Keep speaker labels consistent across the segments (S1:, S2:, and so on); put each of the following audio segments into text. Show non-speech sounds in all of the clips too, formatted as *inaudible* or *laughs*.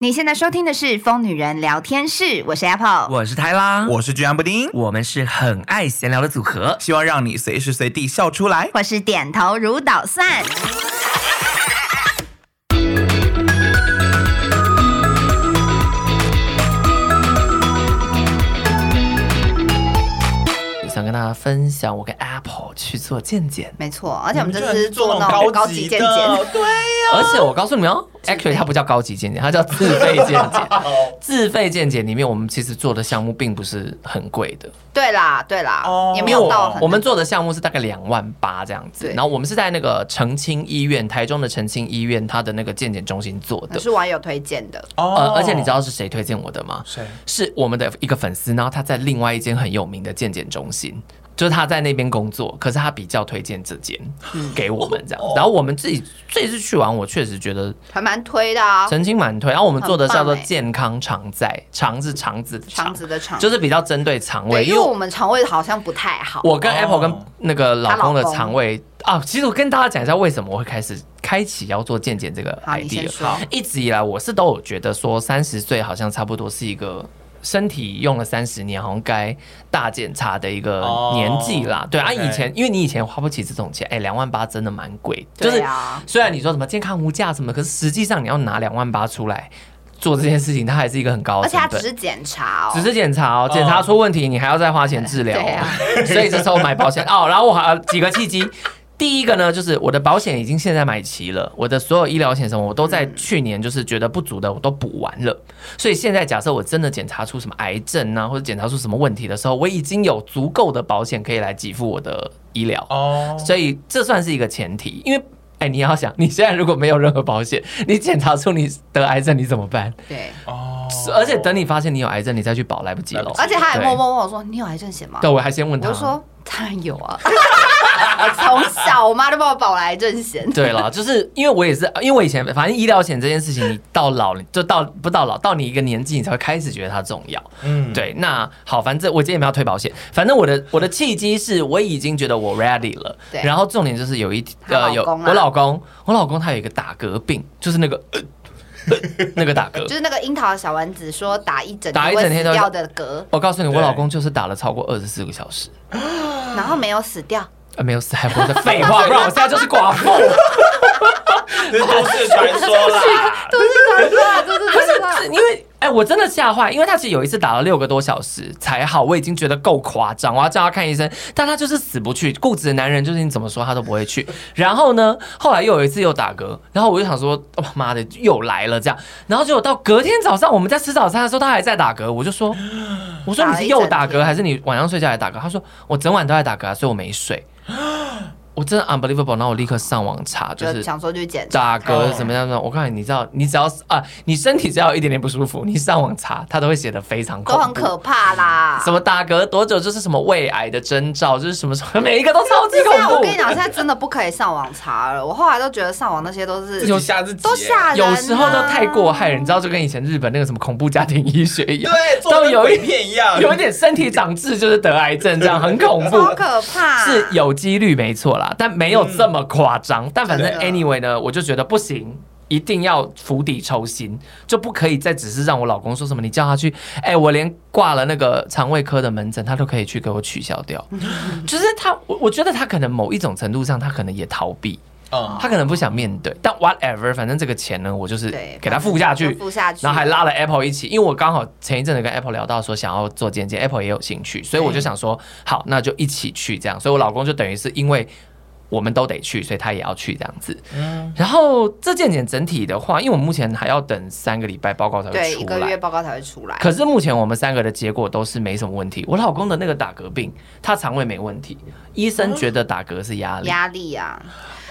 S1: 你现在收听的是《疯女人聊天室》，我是 Apple。
S2: 我是泰拉，
S3: 我是居安布丁，
S2: 我们是很爱闲聊的组合。
S3: 希望让你随时随地笑出来。
S1: 或是点头如捣蒜。
S2: 想跟大家分享我跟 Apple 去做健检，
S1: 没错，而且我们这
S3: 你居然
S1: 次
S3: 是做
S1: 做
S3: 那
S1: 那
S3: 种
S1: 种高
S3: 高
S1: 级
S3: 级
S1: 见
S3: 的
S1: 解，
S2: 而且我告诉你们哦，actually 它不叫高级健检，它叫自费健 *laughs* 检。自费健检里面，我们其实做的项目并不是很贵的，
S1: 对啦对啦
S3: 哦，
S1: 也没有到很
S2: 我们做的项目是大概两万八这样子
S1: 对。
S2: 然后我们是在那个澄清医院，台中的澄清医院，它的那个健检中心做的。
S1: 是网友推荐的，
S3: 哦
S2: 呃，而且你知道是谁推荐我的吗？
S3: 谁？
S2: 是我们的一个粉丝，然后他在另外一间很有名的健检中心，就是他在那边工作，可是他比较推荐这间
S1: 嗯
S2: 给我们这
S1: 哦
S2: 样。然后我们自己这次去玩，我确实觉得
S1: 还蛮推的啊。
S2: 神经蛮推。然后我们做的
S1: 很棒
S2: 叫做
S1: 欸
S2: 健康常在，肠是肠子的
S1: 肠
S2: 肠，
S1: 子的肠，
S2: 就是比较针对肠
S1: 对，
S2: 胃，
S1: 因
S2: 因
S1: 为
S2: 为
S1: 我
S2: 我
S1: 们肠胃好像不太好。
S2: 我跟 Apple 跟
S3: 哦
S2: 那个老公的
S1: 她老公
S2: 肠胃啊，其实我跟大家讲一下为什么我会开始开启要做健检这个
S1: 好，你
S2: idea
S1: 先。说。
S2: 一直以来我是都有觉得说，三十岁好像差不多是一个身体用了三十年，好像该大检查的一个年纪啦。
S3: 哦
S2: 对啊，
S3: OK
S2: 以前因为你以前花不起这种钱，哎、两万八真的蛮贵，就
S1: 对
S2: 是
S1: 啊，
S2: 虽然你说什么健康无价什么，可是实际上你要拿两万八出来做这件事情，它还是一个很高
S1: 而
S2: 的
S1: 且
S2: 成
S1: 它只
S2: 本。
S1: 是检查哦，
S2: 只是检查哦，
S3: 嗯
S2: 检查出问题，你还要再花钱治疗、
S1: 对
S2: 哦
S1: 啊，
S2: *laughs* 所以这时候买保险哦。然后我还有几个契机，第一个呢，就是我的保险已经现在买齐了，我的所有医疗险什么，我都在去年就是觉得不足的，我都补完了。所以现在假设我真的检查出什么癌症啊，或者检查出什么问题的时候，我已经有足够的保险可以来给付我的医疗。
S3: 哦，
S2: 所以这算是一个前提，因为哎、你要想，你现在如果没有任何保险，你检查出你得癌症，你怎么办？
S1: 对，
S3: 哦
S2: 而且等你发现你有癌症，你再去保来不及
S3: 来
S2: 了
S3: 不及。
S1: 而且他还
S2: 对
S1: 默默问我说：“你有癌症险吗
S2: 对，我还先？”问
S1: 我
S2: 他。
S1: 就说：“当然有啊，我从小我妈就帮我保了癌症险。”
S2: 对啦， *laughs* 就是因为我也是，因为我以前反正医疗险这件事情，你到老就到不到老，到你一个年纪，你才会开始觉得它重要。 *laughs*
S3: 嗯，
S2: 对，那好，反正我今天也没有推保险，反正我的我的契机是我已经觉得我 ready 了
S1: 对，
S2: 然后重点就是有一呃
S1: 她老
S2: 有
S1: 公啊
S2: 我老公，我老公他有一个打嗝病，就是那个、呃呃那个打嗝
S1: *laughs* 就，是那个樱桃小丸子说打一整
S2: 打一整天
S1: 会
S2: 都
S1: 死掉的嗝，
S2: 我告诉你，我
S3: 对
S2: 老公就是打了超过二十四个小时，
S1: 然后没有死掉，
S2: *gasps* 呃，没有死还活
S3: *laughs*
S2: 着，废话，不然我现在就是寡妇。
S3: 这是都市传说啦。
S1: 都是传说，都
S2: 啊
S1: 是传说。
S2: 是因为哎、我真的吓坏，因为他其实有一次打了六个多小时才好，我已经觉得够夸张，我要叫他看医生，但他就是死不去，固执的男人就是你怎么说他都不会去。然后呢，后来又有一次又打嗝，然后我就想说，哦妈的又来了这样，然后结果到隔天早上我们在吃早餐的时候，他还在打嗝，我就说，我说你是又打嗝还是你晚上睡觉还打嗝？他说我整晚都在打嗝啊，所以我没睡。我真的 unbelievable，然后我立刻上网查，就
S1: 就是想说去检查，
S2: 打嗝怎么样呢？我告诉你，你知道，你只要是啊，你身体只要有一点点不舒服，你上网查，它都会写的非常恐
S1: 都
S2: 怖，
S1: 很可怕啦。
S2: 什么打嗝多久就是什么胃癌的征兆，就是什么什 *laughs* 么，每一个都超级
S1: 现在啊我
S2: 恐
S1: 跟你
S2: 怖。
S1: 讲，现在真的不可以上网查了。我后来都觉得上网那些都是
S3: 自己吓自己，
S1: 都吓人啊，
S2: 有时候都太过害人，你知道，就跟以前日本那个什么恐怖家庭医学一样，
S3: 对，做
S2: 都
S3: 跟
S2: 有
S3: 鬼
S2: 一
S3: 片一
S1: 啊
S3: 样，
S2: 有一点身体长痣就是得癌症，这样很恐怖。
S1: 好可怕。
S2: 是有几率没错啦，但没有这么夸张。但反正
S1: 真的
S2: anyway 呢，我就觉得不行。一定要釜底抽薪，就不可以再只是让我老公说什么，你叫他去，哎、我连挂了那个肠胃科的门诊，他都可以去给我取消掉。就是他，我我觉得他可能某一种程度上，他可能也逃避，
S3: 嗯，
S2: 他可能不想面对。但 whatever，反正这个钱呢，我就是
S1: 对，
S2: 给他付下去
S1: 就，付下去，
S2: 然后还拉了 Apple 一起，因为我刚好前一阵子跟 Apple 聊到说想要做剪接，Apple 也有兴趣，所以我就想说好，那就一起去这样。所以我老公就等于是因为我们都得去，所以他也要去这样子。
S1: 嗯
S2: 然后这件检整体的话，因为我目前还要等三个礼拜报告才
S1: 对
S2: 会
S1: 一
S2: 出
S1: 个月
S2: 来。
S1: 报告才会出来。
S2: 可是目前我们三个的结果都是没什么问题。我老公的那个打嗝病，他肠胃没问题，医生觉得打嗝是压
S1: 哦
S2: 力。
S1: 压力啊。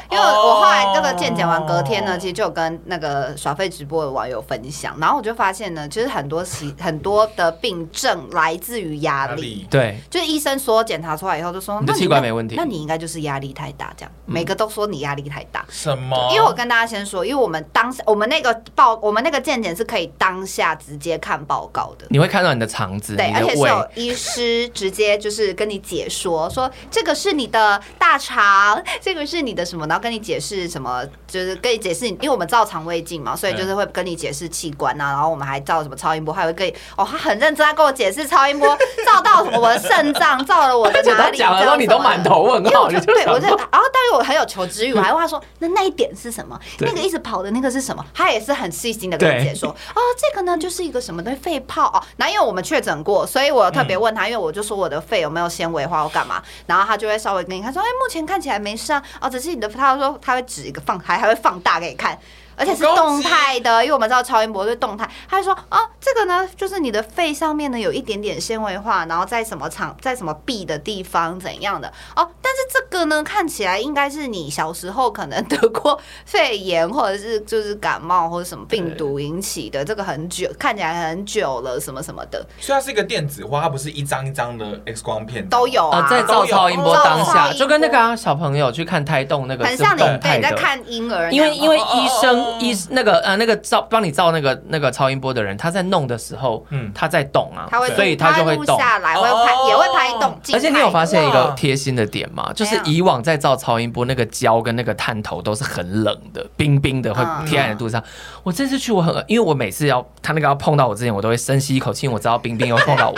S1: 因为我后来这个健检完隔天
S2: 哦
S1: 呢，其实就有跟那个耍废直播的网友分享，然后我就发现呢，其实很多其很多的病症来自于压
S3: 压
S1: 力，
S3: 力
S2: 对，
S1: 就是医生说检查出来以后就说，
S2: 你的
S1: 那
S2: 器官
S1: 应该
S2: 没问题嗯
S1: 那你应该就是压力太大，这样每个都说你压力太大。
S3: 什
S2: 哦
S3: 么？
S1: 因为我跟大家先说，因为我们当时我们那个报我们那个健检是可以当下直接看报告的，
S2: 你会看到你的肠子、
S1: 对，
S2: 你
S1: 而
S2: 的
S1: 且是
S2: 胃， *laughs*
S1: 有医师直接就是跟你解说，说这个是你的大肠，这个是你的什么，然后跟你解释什么，就是跟你解释你，因为我们照肠胃镜嘛，所以就是会跟你解释器官啊，然后我们还照什么超音波，还会跟你哦，他很认真，他跟我解释超音波照到什么我的肾脏，照了我的
S2: 而且
S1: 哪
S2: 他
S1: 里，
S2: 讲了，
S1: 照
S2: 然后你都
S1: 什么
S2: 满。头问
S1: 因为
S2: 号，
S1: 我
S2: 你
S1: 就
S2: 就
S1: 对
S2: 想
S1: 我就，
S2: 说
S1: 然后但是我很有求知欲，我
S2: *laughs*
S1: 还问他说：“那那一点是什么？
S2: 对
S1: 那个一直跑的那个是什么？”他也是很细心的跟我
S2: 对
S1: 解说：“哦，这个呢就是一个什么东西肺泡哦。”那因为我们确诊过，所以我特别问他，因为我就说我的肺有没有纤维化，我干嘛？然后他就会稍微跟你看说：“哎，目前看起来没事啊，哦，只是你的他说他会指一个放，还还会放大给你看。”而且是
S3: 好高
S1: 动
S3: 级
S1: 态的，因为我们知道超音波是动态。他就说啊，这个呢，就是你的肺上面呢有一点点纤维化，然后在什么场，在什么壁的地方怎样的哦。但是这个呢，看起来应该是你小时候可能得过肺炎，或者是就是感冒或者什么病毒引起的，这个很久，看起来很久了，什么什么的
S3: 所以它是一个电子化，它不是一张一张的 X 光片
S1: 都。有啊。
S2: 呃，在照超音波
S1: 照
S2: 当
S1: 超
S2: 下，
S1: 音
S2: 就跟那
S1: 波
S2: 个啊小朋友去看胎动那个
S1: 很
S2: 是
S1: 像你
S2: 动
S1: 对
S2: 态
S1: 你在
S2: 的。
S1: 看婴儿那样吗，
S2: 因为因为
S3: 哦哦
S2: 医
S3: 哦
S2: 生医那个呃那个照帮你照那个那个超音波的人，他在弄的时候，
S3: 嗯
S2: 他在动啊，
S1: 他会
S2: 所以他就会
S1: 录
S2: 动。
S1: 下来，会拍也会拍
S3: 哦
S1: 动，
S2: 而且你有发
S1: 现？
S2: 现一个
S3: 哇
S2: 贴心的点吗？就是
S1: 怎样
S2: 以往在照超音波，那个胶跟那个探头都是很冷的，冰冰的，会
S1: 嗯
S2: 贴在你的肚子上。我这次去我很，因为我每次要他那个要碰到我之前，我都会深吸一口气，因为我知道冰冰要碰
S1: *laughs*
S2: 到我，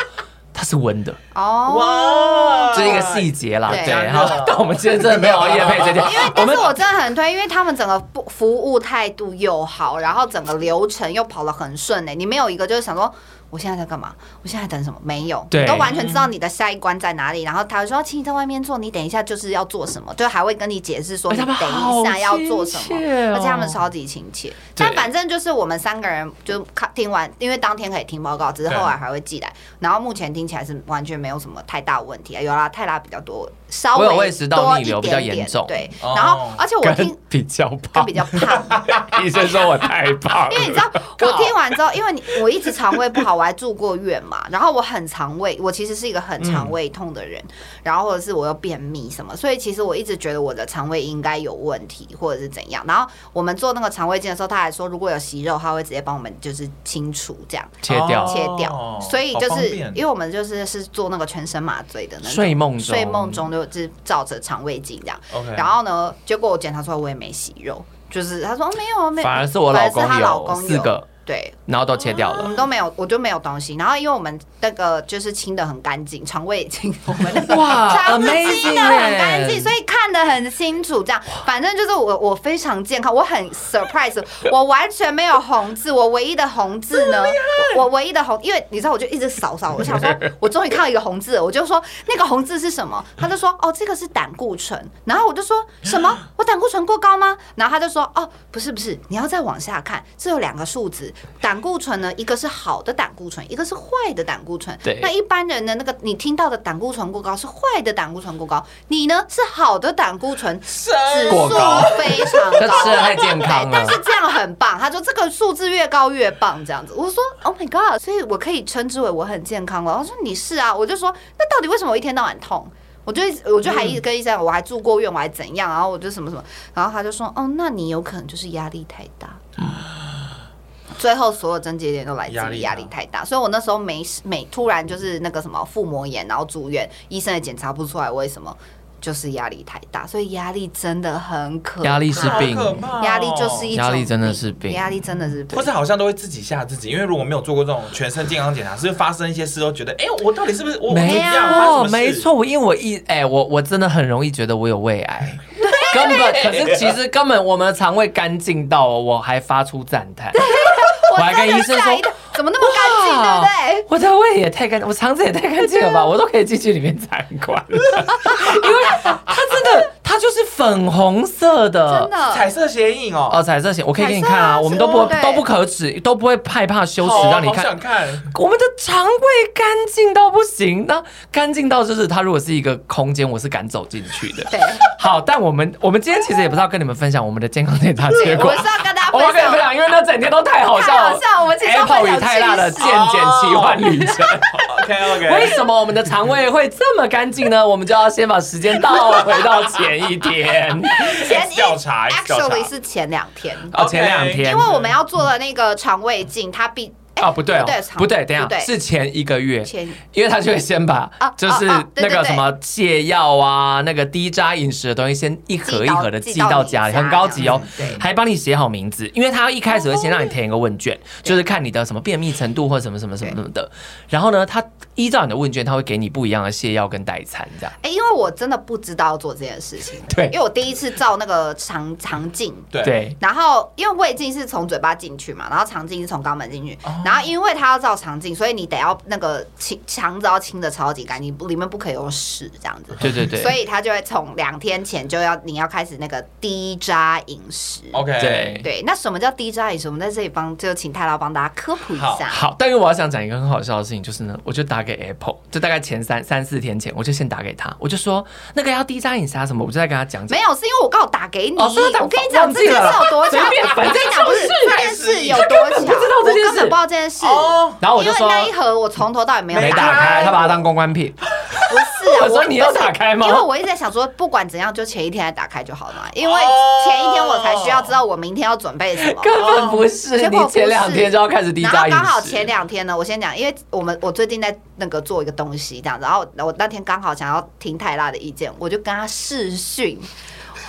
S2: 它是温的。
S1: 哦，
S3: 哇
S2: 这是一个细节啦，
S1: 对
S2: 对。
S3: 真的
S2: 然后，但我们今天真的没有熬夜配这点，
S1: 因为
S2: 我
S1: 但
S2: 们
S1: 是我真的很推，因为他们整个服服务态度又好，然后整个流程又跑得很顺欸呢、你没有一个就是想说。我现在在干嘛？我现在在等什么？没有，
S2: 对
S1: 你都完全知道你的下一关在哪里。然后他会说，请你在外面坐，你等一下就是要做什么，就还会跟你解释说
S2: 哎
S1: 你
S2: 他
S1: 等
S2: 们
S1: 一下要做什
S2: 好亲
S1: 么，
S2: 切哦
S1: 而且他们超级亲切。
S2: 对
S1: 但反正就是我们三个人就看听完，因为当天可以听报告，只是后来还会寄来。然后目前听起来是完全没有什么太大问题啊，有啦，泰拉比较多，稍
S2: 我
S1: 微
S2: 有胃食道
S1: 多
S2: 逆
S1: 一
S2: 流比较
S1: 点
S2: 严
S1: 点
S2: 重
S1: 对，
S3: 哦
S1: 然后而且我听
S2: 跟比较
S1: 跟
S2: 胖
S1: 比，较胖，
S2: 医生说我太胖了，
S1: 因
S2: *laughs*
S1: 为你知道，我听完之后，因为你我一直肠胃不好，我还住过院嘛，然后我很肠胃，我其实是一个很肠胃痛的人，然后或者是我又便秘什么，所以其实我一直觉得我的肠胃应该有问题或者是怎样。然后我们做那个肠胃镜的时候，他还说如果有息肉，他会直接帮我们就是清除这样
S2: 切掉
S3: 哦
S1: 切掉，所以就
S3: 好方
S1: 是
S3: 便
S1: 因为我们就是是做那个全身麻醉的那种
S2: 睡梦中
S1: 睡梦中就是照着肠胃镜这样。
S3: OK，
S1: 然后呢，结果我检查出来我也没息肉，就是他说哦没有啊，没有，
S2: 反而是我
S1: 反
S2: 老
S1: 而是他老公
S2: 有四个，
S1: 对。
S2: 然后都切掉
S1: 我
S2: 了
S1: 们。都没有，我就没有东西。然后因为我们那个就是清的很干净，肠胃清，我们那个
S2: 哇
S1: 肠子清的很干净，
S2: ，amazing！欸
S1: 所以看得很清楚。这样，反正就是我我非常健康，我很 surprise，我完全没有红字。我唯一的红字呢，我我唯一的红，因为你知道，我就一直扫扫，我想说，我终于看到一个红字了，我就说那个红字是什么？他就说哦，这个是胆固醇。然后我就说什么？我胆固醇过高吗？然后他就说哦，不是不是，你要再往下看，这有两个数值，胆固醇呢，一个是好的胆固醇，一个是坏的胆固醇。
S2: 对
S1: 那一般人的那个你听到的胆固醇过高是坏的胆固醇过高，你呢是好的胆固醇
S3: 是
S1: 指
S2: 过
S1: 数
S2: 高
S1: 非常
S2: 他吃的
S1: 高。
S2: 太健康
S1: 对，
S2: 了
S1: 但，是这样很棒。他说这个数字越高越棒，这样子。我说 Oh my god，所以我可以称之为我很健康了。他说你是啊，我就说那到底为什么我一天到晚痛？我就一直我就还一
S2: 嗯
S1: 直跟医生讲，我还住过院，我还怎样，然后我就什么什么，然后他就说哦，那你有可能就是压力太
S2: *gasps*
S1: 大。最后所有症结点都来自
S3: 压
S1: 于
S3: 力
S1: 压
S3: 大
S1: 力太大，所以我那时候没事没突然就是那个什么腹膜炎，然后住院，医生也检查不出来为什么，就是压力太大，所以压力真的很可怕
S2: 压力是
S3: 好
S2: 病
S3: 可怕哦
S1: 压力就是一种
S2: 压力真的是病
S1: 压力真的是病
S3: 或。者好像都会自己吓自己，因为如果没有做过这种全身健康检查，是不是发生一些事都觉得，哎、我到底是不是我
S2: 没
S3: 我怎么样发生什
S2: 错
S3: 么，事
S2: 没错，我因为我一哎、我我真的很容易觉得我有胃癌，根本可是其实根本我们的肠胃干净到哦我还发出赞叹，
S1: 我
S2: 我还跟
S1: 真的
S2: 医生
S1: 吓
S2: 说
S1: 一跳，怎么那么干净，对不对？
S2: 我的胃也太干，我肠子也太干净了吧，我都可以进去里面参观， *laughs* 因为它真的它就是粉红色的，
S1: 真的，
S3: 彩色鞋印哦，
S2: 哦，彩色鞋我可以给你
S1: 彩色啊
S2: 看啊，我们都不
S1: 对
S2: 都不可耻，都不会害怕羞耻
S3: 好啊
S2: 让你
S3: 好想
S2: 看。
S3: 看，
S2: 我们的肠胃干净到不行，那干净到就是它如果是一个空间，我是敢走进去的。 *laughs*
S1: 对，
S2: 好，但我们我们今天其实也不是要跟你们分享我们的健康 *laughs* 检查结
S1: 对，
S2: 果
S1: 我，是要跟大家
S2: 我要跟你
S1: 分
S2: 们分
S1: 享。
S2: 享，因为那整天都太好笑
S1: 太
S2: 了。
S1: 好笑了我们其实要
S2: Apple
S1: 分享
S2: 与泰辣的
S1: 知
S2: 健
S1: 识
S2: 检奇幻旅程。
S3: OK
S2: 为
S3: OK，
S2: 什么我们的肠胃会这么干净呢？我们就要先把时间倒回到前一天，
S1: 前一
S3: 调查调查
S1: actually 是前两天，
S2: 哦哦，前两天，
S1: 因为我们要做的那个肠胃镜，它必。
S2: 啊，不对
S1: 不
S2: 哦
S1: 对，
S2: 不对，等一
S1: 不
S2: 下
S1: 对
S2: 是前一个月，
S1: 前
S2: 因为他就会先把
S1: 啊
S2: 就是
S1: 啊啊对
S2: 那
S1: 对
S2: 个
S1: 对
S2: 什么泻药啊，那个低渣饮食的东西，先一盒一盒的寄
S1: 寄
S2: 到
S1: 到
S2: 家里，
S1: 寄到
S2: 很
S1: 你
S2: 高级哦
S1: 家这样子，对
S2: 还帮你写好名字，因为他一开始会先让你填一个问卷，
S1: 对
S2: 就是看你的什么便秘程度或什么什么什么什么的，然后呢，他依照你的问卷，他会给你不一样的泻药跟代餐这样。
S1: 哎、因为我真的不知道要做这件事情，
S2: 对
S1: 因为我第一次照那个肠肠镜，
S3: 对
S2: 对，
S1: 然后因为胃镜是从嘴巴进去嘛，然后肠镜是从肛门进去，
S2: 哦
S1: 然后因为它要照肠镜，所以你得要那个清肠子要清的超级干净，不里面不可以有屎这样子。
S2: 对对对，
S1: 所以他就会从两天前就要你要开始那个低渣饮食。
S3: ，OK，
S2: 对
S1: 对，那什么叫低渣饮食？我们在这里帮就请泰老帮大家科普一下。
S2: 好，但因为我要想讲一个很好笑的事情，就是呢，我就打给 Apple，就大概前三三四天前，我就先打给他，我就说那个要低渣饮食啊什么，我就在跟他讲解。
S1: 没有，是因为我刚好打给你。
S2: 哦是他打
S1: 我跟你讲
S2: 忘
S1: 这
S2: 记
S1: 件
S2: 了
S1: 事有多巧，
S2: 随便 *laughs* 反
S1: 我
S2: 正
S1: 跟你讲不是
S2: 就是
S1: 这件事有多巧，
S2: 不知道这件事
S1: 我根本不知道这件事。
S3: 哦
S2: 然后我就说
S1: 因为那一盒我从头到尾没有
S2: 没
S1: 打
S2: 打
S1: 开，
S2: 开，他把它当公关品。
S1: 不是啊，
S2: *laughs* 我说你要打开吗
S1: 因为我一直在想说，不管怎样，就前一天来打开就好了嘛，因为
S3: 哦
S1: 前一天我才需要知道我明天要准备
S2: *laughs*
S1: 什么。
S2: 根本不是，
S1: 结
S2: 你
S1: 果哦不是
S2: 前两天就要开始低
S1: 然
S2: 渣
S1: 后
S2: 饮食。
S1: 刚好前两天呢，我先讲，因为我们我最近在那个做一个东西这样，然后我那天刚好想要听泰拉的意见，我就跟他视讯，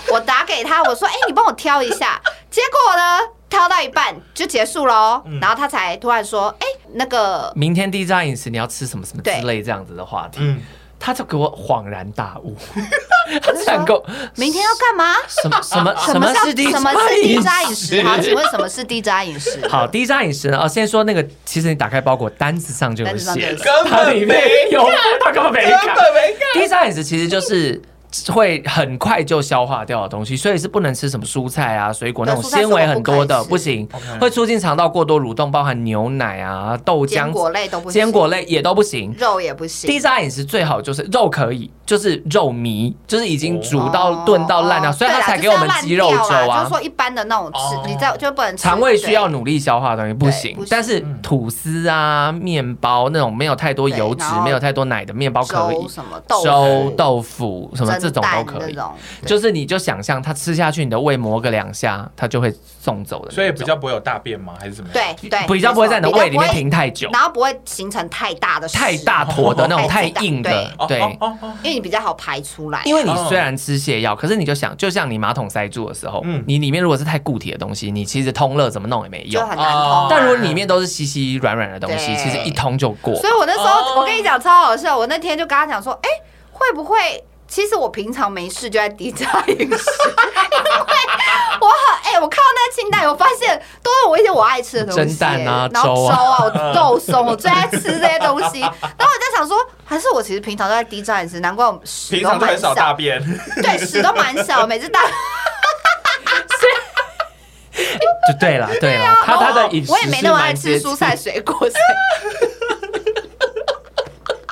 S1: 我打给他，我说：“哎、你帮我挑一下。”结果呢，挑到一半就结束喽，
S2: 嗯
S1: 然后他才突然说：“哎、那个
S2: 明天低渣饮食你要吃什么什么之
S1: 对
S2: 类这样子的话题，
S3: 嗯，
S2: 他就给我恍然大
S1: *laughs*
S2: 悟，他想跟我
S1: 明天要干嘛？”
S2: 什么什么
S1: 什么
S2: 么
S1: 是
S2: 是低
S1: 什么是低渣饮食？好，请问什么是低渣饮食？
S2: 好，低渣饮食呢？哦，先说那个，其实你打开包裹单子上就有写
S1: 单子上就有
S2: 了，
S1: 写
S3: 根
S2: 它
S3: 本
S2: 里面
S3: 没
S2: 有，它根本没
S3: 根
S2: 看。
S3: 本没看，
S2: 低渣饮食其实就是。会很快就消化掉的东西，所以是不能吃什么蔬菜啊、水果
S1: 对
S2: 那种
S1: 蔬菜水
S2: 纤
S1: 果
S2: 维很多的，
S1: 不
S2: 不
S1: 可以
S2: 行
S3: OK
S2: 会促进肠道过多蠕动，包含牛奶啊、豆浆
S1: 坚、果类都不行，
S2: 坚果类也都不行。
S1: 肉也不
S2: 低
S1: 行。
S2: 渣饮食最好就是肉可以，就是肉糜，就是已经煮到
S1: 哦
S2: 炖到烂掉，
S1: 哦
S2: 所以
S1: 对
S2: 它
S1: 啦
S2: 才
S1: 就
S2: 给
S1: 是
S2: 我
S1: 要
S2: 们
S1: 烂
S2: 鸡肉
S1: 掉
S2: 粥
S1: 啦
S2: 啊
S1: 就是。说一般的那种
S3: 哦
S1: 吃，你在就不能吃
S2: 肠胃需要
S1: 对
S2: 努力消化的东西不行
S1: 对不，行
S2: 但是吐司啊、面包那种没有太多油脂
S1: 对然、后
S2: 没有太多奶的面包可以
S1: 粥，什么豆
S2: 粥
S1: 腐、
S2: 豆腐什么这种都可
S1: 蒸蛋
S2: 以
S1: 那。种
S2: 就是是你就想象它吃下去，你的胃磨个两下，它就会送走的那种。
S3: 所以比较不会有大便吗？还是怎么样？
S1: 对对，
S2: 比较不会在你的
S1: 没错
S2: 胃里面，停太久
S1: 比较不会，然后不会形成太大的屎
S2: 太大，坨的那种太
S1: 太
S2: 硬的，
S3: 哦，
S2: 对
S3: 哦。哦哦
S1: 因为你比较好排出来。
S2: 因为你虽然吃泻药，可是你就想，就像你马桶塞住的时候，
S3: 嗯
S2: 你里面如果是太固体的东西，你其实通乐怎么弄也没
S1: 就
S2: 用。
S1: 很难通啊
S3: 哦。
S2: 但如果里面都是稀稀软软的东西，
S1: 对
S2: 其实一通就过。
S1: 所以我那时
S3: 哦
S1: 候我跟你讲超好笑，我那天就跟他讲说，哎、会不会？其实我平常没事就在低渣饮食，因为我很哎、我看到那个清单，我发现都是我一些我爱吃的东西，
S2: 蒸蛋啊
S1: 然后 *laughs*
S2: 粥
S1: 粥
S2: 啊
S1: 啊，我肉松，我最爱吃这些东西。然后我在想说，还是我其实平常都在低渣饮食，难怪我屎
S3: 平
S1: 都
S3: 常都
S1: 蛮
S3: 很少大
S1: 小，
S3: 便，
S1: 对，屎都蛮小，每次大 *laughs*
S2: 就对了，对了，他他的饮食
S1: 啊我也没那么爱吃
S2: 是
S1: 蔬 *laughs*
S2: 蛮
S1: 菜水果，所以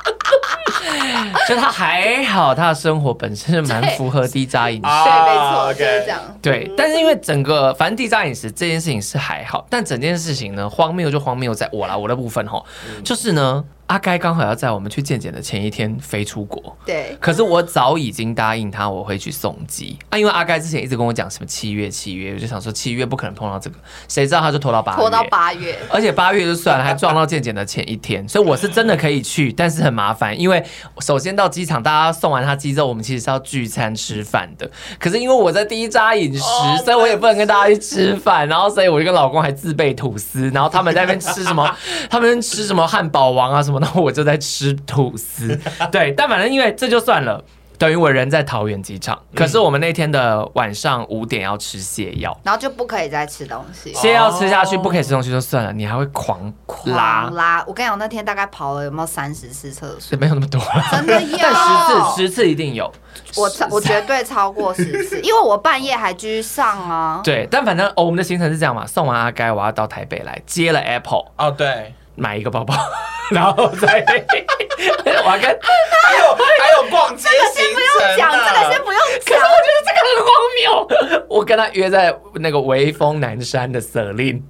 S2: 节制，就他还好，他的生活本身是蛮符合低渣饮食
S3: 啊。
S1: 对，没错，
S3: OK
S1: 就是这样。
S2: 对，但是因为整个反正地渣饮食这件事情是还好，但整件事情呢，荒谬就荒谬在我啦，我的部分吼，就是呢，阿该刚好要在我们去健检的前一天飞出国。
S1: 对，
S2: 可是我早已经答应他我会去送机啊，因为阿该之前一直跟我讲什么七月七月，我就想说七月不可能碰到这个，谁知道他就拖到八月，
S1: 拖到八月，
S2: 而且八月就算了，还撞到健检的前一天，所以我是真的可以去，但是很麻烦，因为首先到机场，大家送完他鸡之后，我们其实是要聚餐吃饭的。可是因为我在第一扎饮食
S3: 哦
S2: 所以我也不能跟大家去吃饭，然后所以我就跟老公还自备吐司，然后他们在那边吃什么，他们吃什么汉堡王啊什么，然后我就在吃吐司。对，但反正因为这就算了。等于我人在桃园机场，可是我们那天的晚上五点要吃泻药，
S1: 然后就不可以再吃东西。
S2: 泻药吃下去不可以吃东西就算了，你还会狂拉
S1: 狂，哦拉！我跟你讲，那天大概跑了有没有三十次厕所？
S2: 是没有那么
S1: *laughs*
S2: 多啦，
S1: 真的有，
S2: 但十次十次一定有。
S1: 我超我绝对超过十次，因为我半夜还继续上啊。
S2: 对，但反正哦，我们的行程是这样嘛，送完阿该，我要到台北来接了 Apple，
S3: 哦
S1: *laughs*
S3: 对，
S2: 买一个包包， *laughs* 然后再 *laughs* 我要
S1: *laughs* 哎
S2: 跟。
S3: 还有还有逛街
S1: 先
S3: 行
S1: 不用
S3: 程
S1: 讲，
S3: 啊
S1: 这个先不用
S2: 可是
S1: 讲。
S2: 我觉得这个很荒谬。我跟他约
S1: *laughs*
S2: 在那个微风南山的舍令，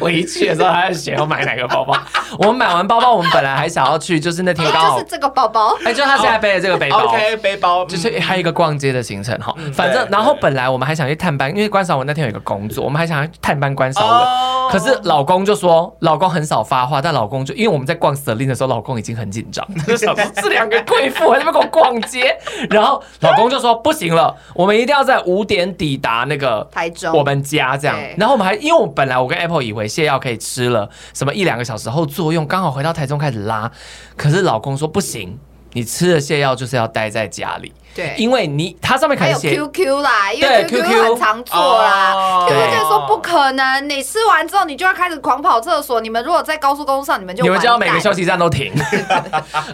S2: 我一去的时候，他就想要买哪个包包，我们买完包包，我们本来还想要去，就是那天刚
S1: 哦就
S2: 好
S1: 是，这个包包，
S2: 哎，就是他现在背的这个背包。
S3: OK，背包
S2: 就是还有一个逛街的行程哈，
S3: 嗯
S2: 反正
S3: 对
S2: 然后
S3: 对
S2: 本来我们还想去探班，因为关少文那天有一个工作，我们还想要去探班关少文，
S3: 哦
S2: 可是老公就说，老公很少发话，但老公就因为我们在逛 Celine 的时候，老公已经很紧张，就想说这两个贵妇还在那边给我逛街，然后老公就说不行了，我们一定要在五点抵达那个
S1: 台中
S2: 我们家这样
S1: 对。
S2: 然后我们还因为我本来我跟 Apple 以为泻药可以吃了，什么一两个小时后作用，刚好回到台中开始拉，可是老公说不行，你吃了泻药就是要待在家里，
S1: 对。
S2: 因为你它上面可
S1: 还
S2: 能
S1: 有
S2: 写
S1: QQ 啦，因为
S2: 对
S1: QQ
S2: QQ
S1: 很常做啦。
S3: 哦
S1: QQ
S2: 对
S1: 就说不可能，你吃完之后你就要开始狂跑厕所。你们如果在高速公路上，你们就
S2: 你们就要
S1: 完
S2: 每
S1: 蛋
S2: 个休息站都停。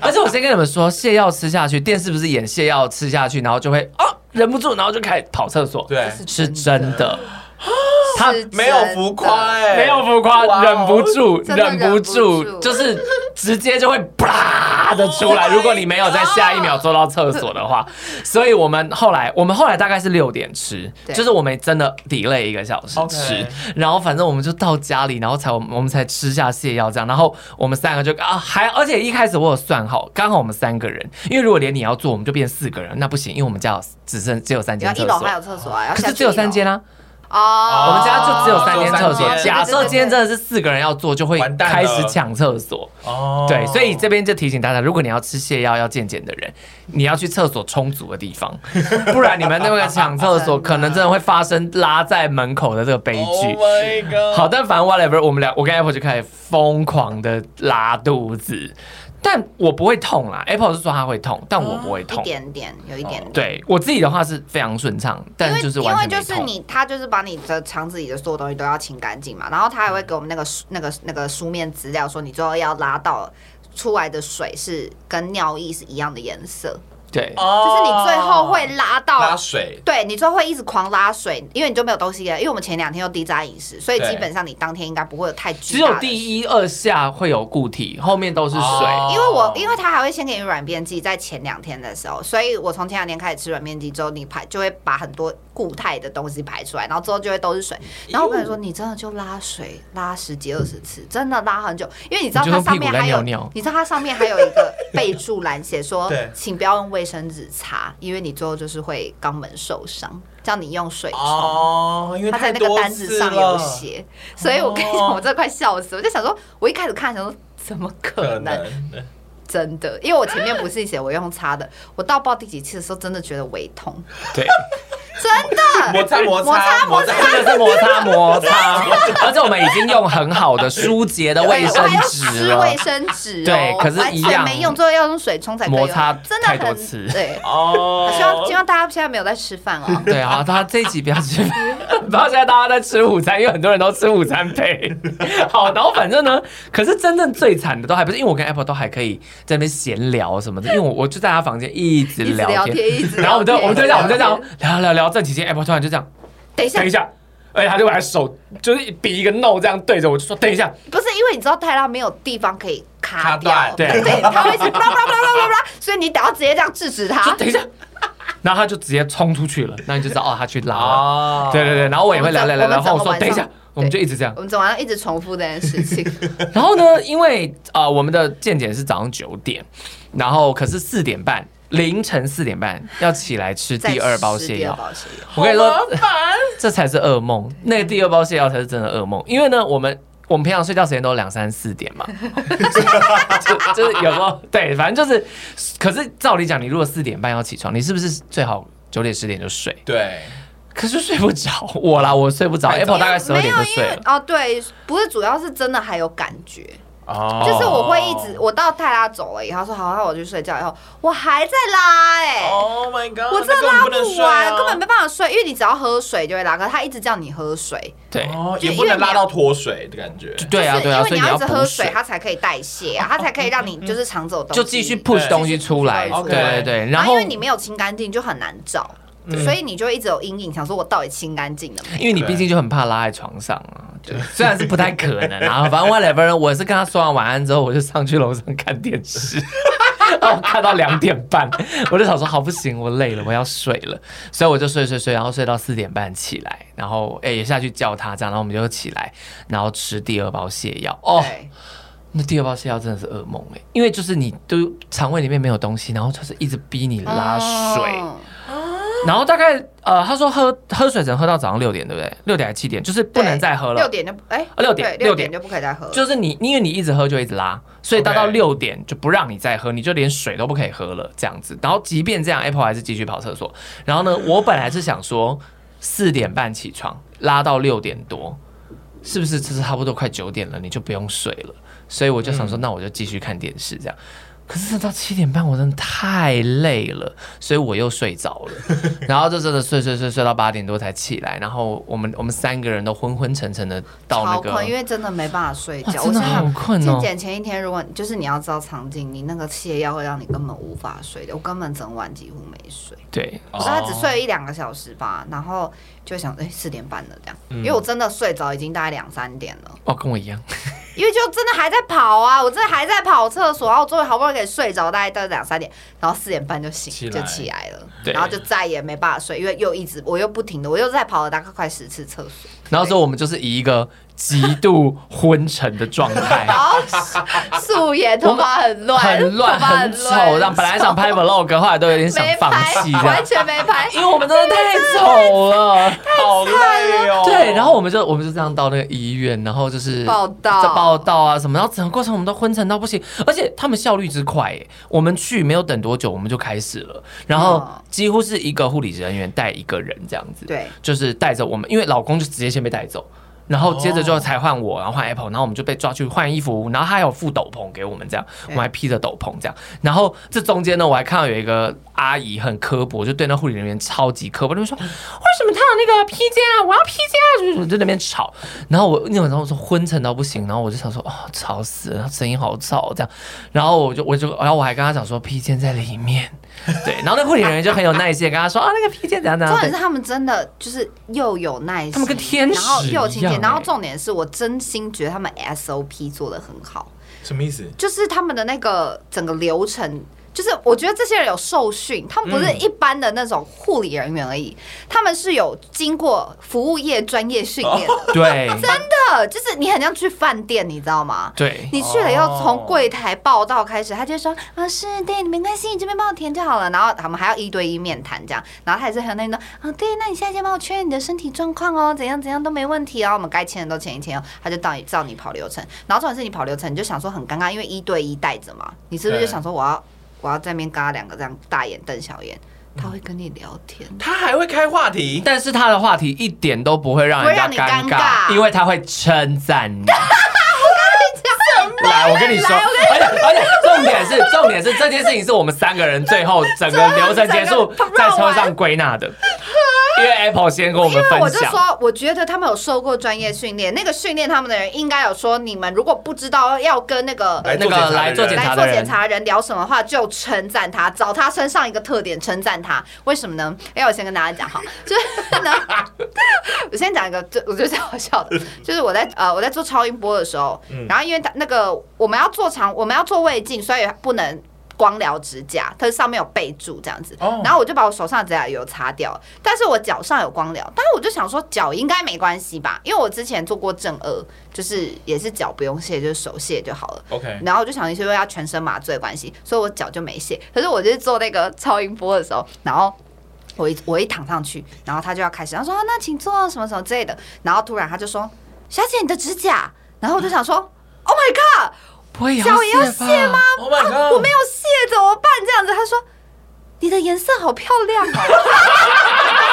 S2: 而且我先跟你们说，泻药吃下去，电视不是演泻药吃下去，然后就会啊忍不住，然后就开始跑厕所。，
S3: 对
S1: 这
S2: 是
S1: 真
S2: 真的，他
S1: 是真的
S3: 没有浮夸哎，
S2: 没有浮夸，
S3: 哇哦
S2: 忍不住，
S1: 真的忍
S2: 不
S1: 不
S2: 住，
S1: 住
S2: 就是直接就会啪的出来。
S1: 哦
S3: Oh my
S2: 如果你没有在下一秒坐到厕所的
S1: 哎
S2: 话，所以我们后来，我们后来大概是六点吃，
S1: 对
S2: 就是我们真的 delay 一个小时
S3: OK
S2: 吃，然后反正我们就到家里，然后才我们我们才吃下泻药这样，然后我们三个就啊还，而且一开始我有算好，刚好我们三个人，因为如果连你要做，我们就变四个人，那不行，因为我们家有只剩只有三
S1: 然
S2: 间
S1: 后一楼
S2: 厕所，
S1: 还有厕所啊，要
S2: 可
S1: 下
S2: 是
S1: 去
S2: 只有
S1: 一楼
S2: 三间啊。
S1: 哦。
S2: 我们家就只有三间厕
S3: 只
S2: 所
S3: 有三。间
S2: 假设今天真的是四个人要做，就会
S3: 完蛋了
S2: 开始抢厕所。
S3: 哦
S2: 对，所以这边就提醒大家，如果你要吃泻药要健检的人，你要去厕所充足的地方，不然你们那个抢厕
S1: 真
S2: 所，
S1: 的
S2: 可能真的会发生拉在门口的这个悲
S3: Oh
S2: 剧。
S3: my god，
S2: 好，但反正 whatever，我们俩我跟 Apple 就开始疯狂的拉肚子，但我不会痛啦。Apple 是说他会痛，但我不会
S1: 一
S2: 痛。哦
S1: 点点，有一点点。
S2: 对我自己的话是非常顺畅，但就是
S1: 因为因
S2: 完
S1: 为
S2: 全
S1: 就
S2: 没
S1: 是
S2: 痛。
S1: 你，他就是把你的肠子里的所有东西都要清干净嘛，然后他还会给我们那个书那个那个书面资料说，你最后要拉到出来的水是跟尿液是一样的颜色，
S2: 对，
S3: 哦
S1: 就是你最后会拉
S3: 拉
S1: 到。
S3: 水，
S1: 对你最后会一直狂拉水，因为你就没有东西了。因为我们前两天又低渣饮食，所以
S3: 对
S1: 基本上你当天应该不会有太
S2: 只
S1: 巨大
S2: 有
S1: 的
S2: 第一二下会有固体，后面都是水。
S3: 哦
S1: 因为我因为他还会先给你软便剂，在前两天的时候，所以我从前两天开始吃软便剂之后，你排就会把很多固态的东西排出来，然后之后就会都是水。然后我跟你说，你真的就拉水拉十几二十次，真的拉很久，因为你知道
S2: 你就
S1: 它
S2: 用屁
S1: 上
S2: 股
S1: 面
S2: 来
S1: 还有，
S2: 尿尿
S1: 你知道它上面还有一个备注栏写说
S3: 对，
S1: 请不要用卫生纸擦，因为你最后就是会肛门受伤，叫你用水冲。
S3: 哦，因为
S1: 他在
S3: 太
S1: 那个
S3: 多
S1: 单
S3: 次
S1: 子上有
S3: 了
S1: 写，所以我跟你讲，
S3: 哦
S1: 我真的快笑死！我就想说，我一开始看想说，怎么
S3: 可
S1: 可能？
S3: 能
S1: 真的，因为我前面不是写我用擦
S2: *laughs*
S1: 的，我到爆第几次的时候真的觉得胃痛，
S2: 对，
S1: 真
S3: *laughs* 摩
S1: 的。
S3: 擦摩擦
S1: 摩
S3: 擦
S1: 擦，
S2: 真的是摩擦摩擦，
S1: *laughs*
S2: 而且我们已经用很好的舒洁的卫
S1: 我
S2: 生
S1: 还要
S2: 纸
S1: 湿
S2: 了
S1: 卫。生纸哦，
S2: 对可是
S1: 完
S2: 一
S1: 全
S2: 样
S1: 没用，最后要用水冲才可以
S2: 摩
S1: 用，
S2: 擦
S1: 真的
S2: 太多
S1: 很
S2: 次。
S1: 对，
S3: 哦
S1: 希望希望大家现在没有在吃饭哦
S2: *laughs* 对啊，大家这一集不要吃， *laughs* 不要现在大家在吃午餐，因为很多人都吃午餐配。 *laughs* 好，然后反正呢，可是真正最惨的都还不是，因为我跟 Apple 都还可以在那边闲聊什
S1: *laughs*
S2: 么的，因为我我就在他房间一直
S1: 一直
S2: 聊
S1: 聊
S2: 天，
S1: 天，一直聊天，
S2: 然后我们就我们就这样我们就这
S1: 一
S2: 样
S1: 直聊天，
S2: 聊
S1: *laughs*
S2: 聊聊正期间，Apple 突然就这样。
S1: 等一下
S2: 等一，下，而且他就把手就是比一个 no 这样对着我，就说等一下，
S1: 不是因为你知道泰拉没有地方可以
S3: 卡
S1: 卡
S3: 断
S1: 掉，
S2: 对
S1: 所以他
S2: *laughs*
S1: 会一直 blah blah blah blah blah blah，所以你得要直接这样制止
S2: 就
S1: 他。
S2: 等一下， *laughs* 然后他就直接冲出去了，那你就知道哦，他去拉了。
S3: 哦
S2: 对对对，然后我也会聊聊聊，
S1: 我们
S2: 然
S1: 整
S2: 后我
S1: 我
S2: 说
S1: 们整
S2: 等一下
S1: 晚上，
S2: 我们就一直这样
S1: 我。们总要一直重复这件事
S2: *laughs*
S1: 情，
S2: 然后呢，因为呃我们的健检是早上九点，然后可是四点半。凌晨四点半要起来吃
S1: 再
S2: 第二包
S1: 吃
S2: 泻
S1: 第二
S2: 药，
S1: 包泻药
S2: 我跟你说，
S3: 好麻烦
S2: 这才是噩梦。那个第二包泻药才是真的噩梦，因为呢，我们我们平常睡觉时间都两三四点嘛， *laughs* 就 *laughs* 就是有时候对，反正就是。可是照理讲，你如果四点半要起床，你是不是最好九点十点就睡？
S3: 对，
S2: 可是睡不着，我啦，我睡不着。
S3: 太早
S2: Apple 大概十二
S1: 没
S2: 点
S1: 有
S2: 就
S1: 因
S2: 睡
S1: 为
S2: 了。
S1: 哦，对，不是，主要是真的还有感觉，
S3: 哦
S1: 就是我会一直，我到泰拉走了以后说好，那我去睡觉以后，我还在拉哎、
S2: 哦
S3: ，Oh my god，
S1: 我真的
S3: 那
S1: 拉
S3: 根本能
S1: 不
S3: 睡啊
S1: 完，根本没办法睡，因为你只要喝水就会拉，可是他一直叫你喝水，
S2: 对
S3: 哦，
S1: 就
S3: 也
S1: 因
S3: 不
S1: 为
S3: 能
S1: 你
S3: 拉
S1: 要
S3: 到脱水的感觉，
S2: 对啊，
S1: 就是
S2: 对啊，
S1: 因为
S2: 所以
S1: 你
S2: 你
S1: 要一直
S2: 补嗯
S1: 喝水，它才可以代谢啊，它才可以
S2: *laughs*
S1: 让你就是肠子有东西，
S2: 就继续 push
S3: 对
S2: 东西出来。
S1: 继续 push
S2: 对对对，然
S1: 然
S2: 后
S1: 后
S2: 嗯
S1: 因为你没有清干净，就很难找，所以你就一直有阴影，想说我到底清干净了没？
S2: 因为你毕竟就很怕拉在床上啊，就虽然是不太可能啊，反正 whatever，我是跟他说完晚安之后，我就上去楼上看电视， *laughs* 然后我看到两点半，我就想说好不行，我累了，我要睡了，所以我就睡睡睡，然后睡到四点半起来，然后哎、也下去叫他这样，然后我们就起来，然后吃第二包泻药哦，
S1: 对
S2: 那第二包泻药真的是噩梦哎、因为就是你都肠胃里面没有东西，然后就是一直逼你拉水，
S1: 哦
S2: 然后大概呃，他说喝喝水只能喝到早上六点，对不对？六点还七点，就是不能再喝
S1: 六
S2: 了。
S1: 点就哎，
S2: 啊六点
S1: 对
S2: 六
S1: 六
S2: 点
S1: 点就不可以再喝了，
S2: 就是你，因为你一直喝就一直拉，所以到到
S3: OK
S2: 六点就不让你再喝，你就连水都不可以喝了这样子。然后即便这样，Apple 还是继续跑厕所。然后呢， *laughs* 我本来是想说四点半起床，拉到六点多，是不是这是差不多快九点了，你就不用睡了？所以我就想说，那我就继续看电视这样。可是到七点半，我真的太累了，所以我又睡着了，然后就真的睡睡睡睡到八点多才起来，然后我们我们三个人都昏昏沉沉的到那
S1: 超
S2: 个，
S1: 困，因为真的没办法睡
S2: 哇
S1: 觉。
S2: 真
S1: 我
S2: 的
S1: 想
S2: 好
S1: 想，
S2: 困
S1: 健
S2: 哦。
S1: 检前一天，如果就是你要知道场景，你那个泻药会让你根本无法睡的。我根本整晚几乎没睡，
S2: 对，
S1: 我大概只
S2: 哦
S1: 睡了一两个小时吧，然后就想哎四点半了这样，因为
S2: 嗯
S1: 我真的睡着已经大概两三点了，
S2: 哦，跟我一样。
S1: 因为就真的还在跑啊，我真的还在跑厕所，然后我终于好不容易可以睡着，大概到两三点，然后四点半就
S3: 起
S1: 醒
S3: 来
S1: 就起来了，
S2: 对
S1: 然后就再也没办法睡，因为又一直我又不停的，我又再跑了大概快十次厕所，，
S2: 然后说我们就是以一个极度昏沉的状态
S1: 然
S2: *laughs*
S1: 后素颜头发很 *laughs* 乱，
S2: 很乱
S1: 头发
S2: 很丑，让本来想拍 vlog，后来都有点想
S1: 没
S2: 放
S1: 拍
S2: 弃，这样
S1: 完，全没拍。
S2: 因为我们真的太丑了。
S3: 好累哦。
S2: 对，然后我们就我们就这样到那个医院，然后就是
S1: 报道
S2: 在报道啊什么，然后整个过程我们都昏沉到不行，而且他们效率之快、耶我们去没有等多久我们就开始了，然后
S1: 嗯
S2: 几乎是一个护理人员带一个人这样子，
S1: 对，
S2: 就是带着我们，因为老公就直接先被带走。然后接着就才换我，然后换 Apple，然后我们就被抓去换衣服，然后他还有附斗篷给我们，这样我
S1: 对
S2: 们还披着斗篷这样。然后这中间呢，我还看到有一个阿姨很刻薄，就对那护理人员超级刻薄，就说为什么他有那个披肩啊，我要披肩啊，就是在那边吵。然后我那晚上我说昏沉到不行，然后我就想说哦，吵死了，声音好吵这样。然后我就我就然后我还跟他讲说披肩在里面，对。然后那护理人员就很有耐心地跟他说啊，那个披肩怎样怎
S1: *laughs*
S2: 样
S1: 重
S2: 怎
S1: 点
S2: 样。
S1: 是他们真的就是又有耐心，
S2: 他们跟天使
S1: 然后又有情
S2: 一
S1: 节，
S2: 样
S1: 然后
S2: 欸
S1: 重点是我真心觉得他们 SOP 做的很好，
S3: 什么意思？
S1: 就是他们的那个整个流程。就是我觉得这些人有受训，他们不是一般的那种护理人员而已，他们是有经过服务业专业训练
S2: *laughs*
S1: 的。
S2: 对
S1: 呃，就是你很像去饭店，你知道吗？
S2: 对，
S1: 你去了以后，从柜台报到开始，他就说啊，是对，你没关系，你这边帮我填就好了。然后他们还要一对一面谈这样，然后他也是很那种啊，对，那你现在先帮我确认你的身体状况哦，怎样怎样都没问题哦，我们该签的都签一签哦。他就到你照你跑流程，然后重点是你跑流程，你就想说很尴尬，因为一对一带着嘛，你是不是就
S3: 对
S1: 想说我要我要在那边跟他两个这样大眼瞪小眼，他会跟你聊天，
S3: 他还会开话题，
S2: 但是他的话题一点都不会让人家
S1: 不会让
S2: 尴
S1: 你
S2: 尬，
S1: 尴尬
S2: 因为他会称
S1: *laughs*
S2: 赞你。来，我跟你说，而且而且重点是重点是这件事情是我们三个人最
S1: *laughs*
S2: 后整个流程结束
S1: 整个
S2: 在
S1: 绕
S2: 车
S1: 完
S2: 上归纳
S1: *laughs*
S2: 的，因为 Apple 先跟我们
S1: 因为我
S2: 分
S1: 就
S2: 享，
S1: 说，我觉得他们有受过专业训练，那个训练他们的人应该有说，你们如果不知道要跟那个
S3: 来
S2: 那
S3: 做
S2: 个来做
S3: 检
S2: 检查
S1: 来
S2: 的
S1: 做
S2: 人
S1: 检，查的人聊什么话，就称赞他，找他身上一个特点称赞他。为什么呢？哎，我先跟大家讲哈，就是呢， *laughs* 我先讲一个，就我觉得最好笑的，就是我在呃我在做超音波的时候，
S2: 嗯
S1: 然后因为他那个我们要做肠，我们要做胃镜，所以不能。光疗指甲，它上面有备注这样子
S3: 哦
S1: 然后我就把我手上的指甲油擦掉，但是我脚上有光疗，但是我就想说脚应该没关系吧，因为我之前做过正颚，就是也是脚不用卸，就是手卸就好了。
S3: OK
S1: 然后我就想，是因为要全身麻醉的关系，所以我脚就没卸。可是我就是做那个超音波的时候，然后我一我一躺上去，然后他就要开始，他说、啊、那请坐什么什么之类的，然后突然他就说小姐你的指甲，然后我就想
S2: *laughs*
S1: 说 Oh my god，
S2: 不会
S1: 脚也要卸吗？
S3: Oh my
S1: 啊
S3: god！
S1: 我没有卸怎么办？这样子，他说你的颜色好漂亮 *laughs* 哦。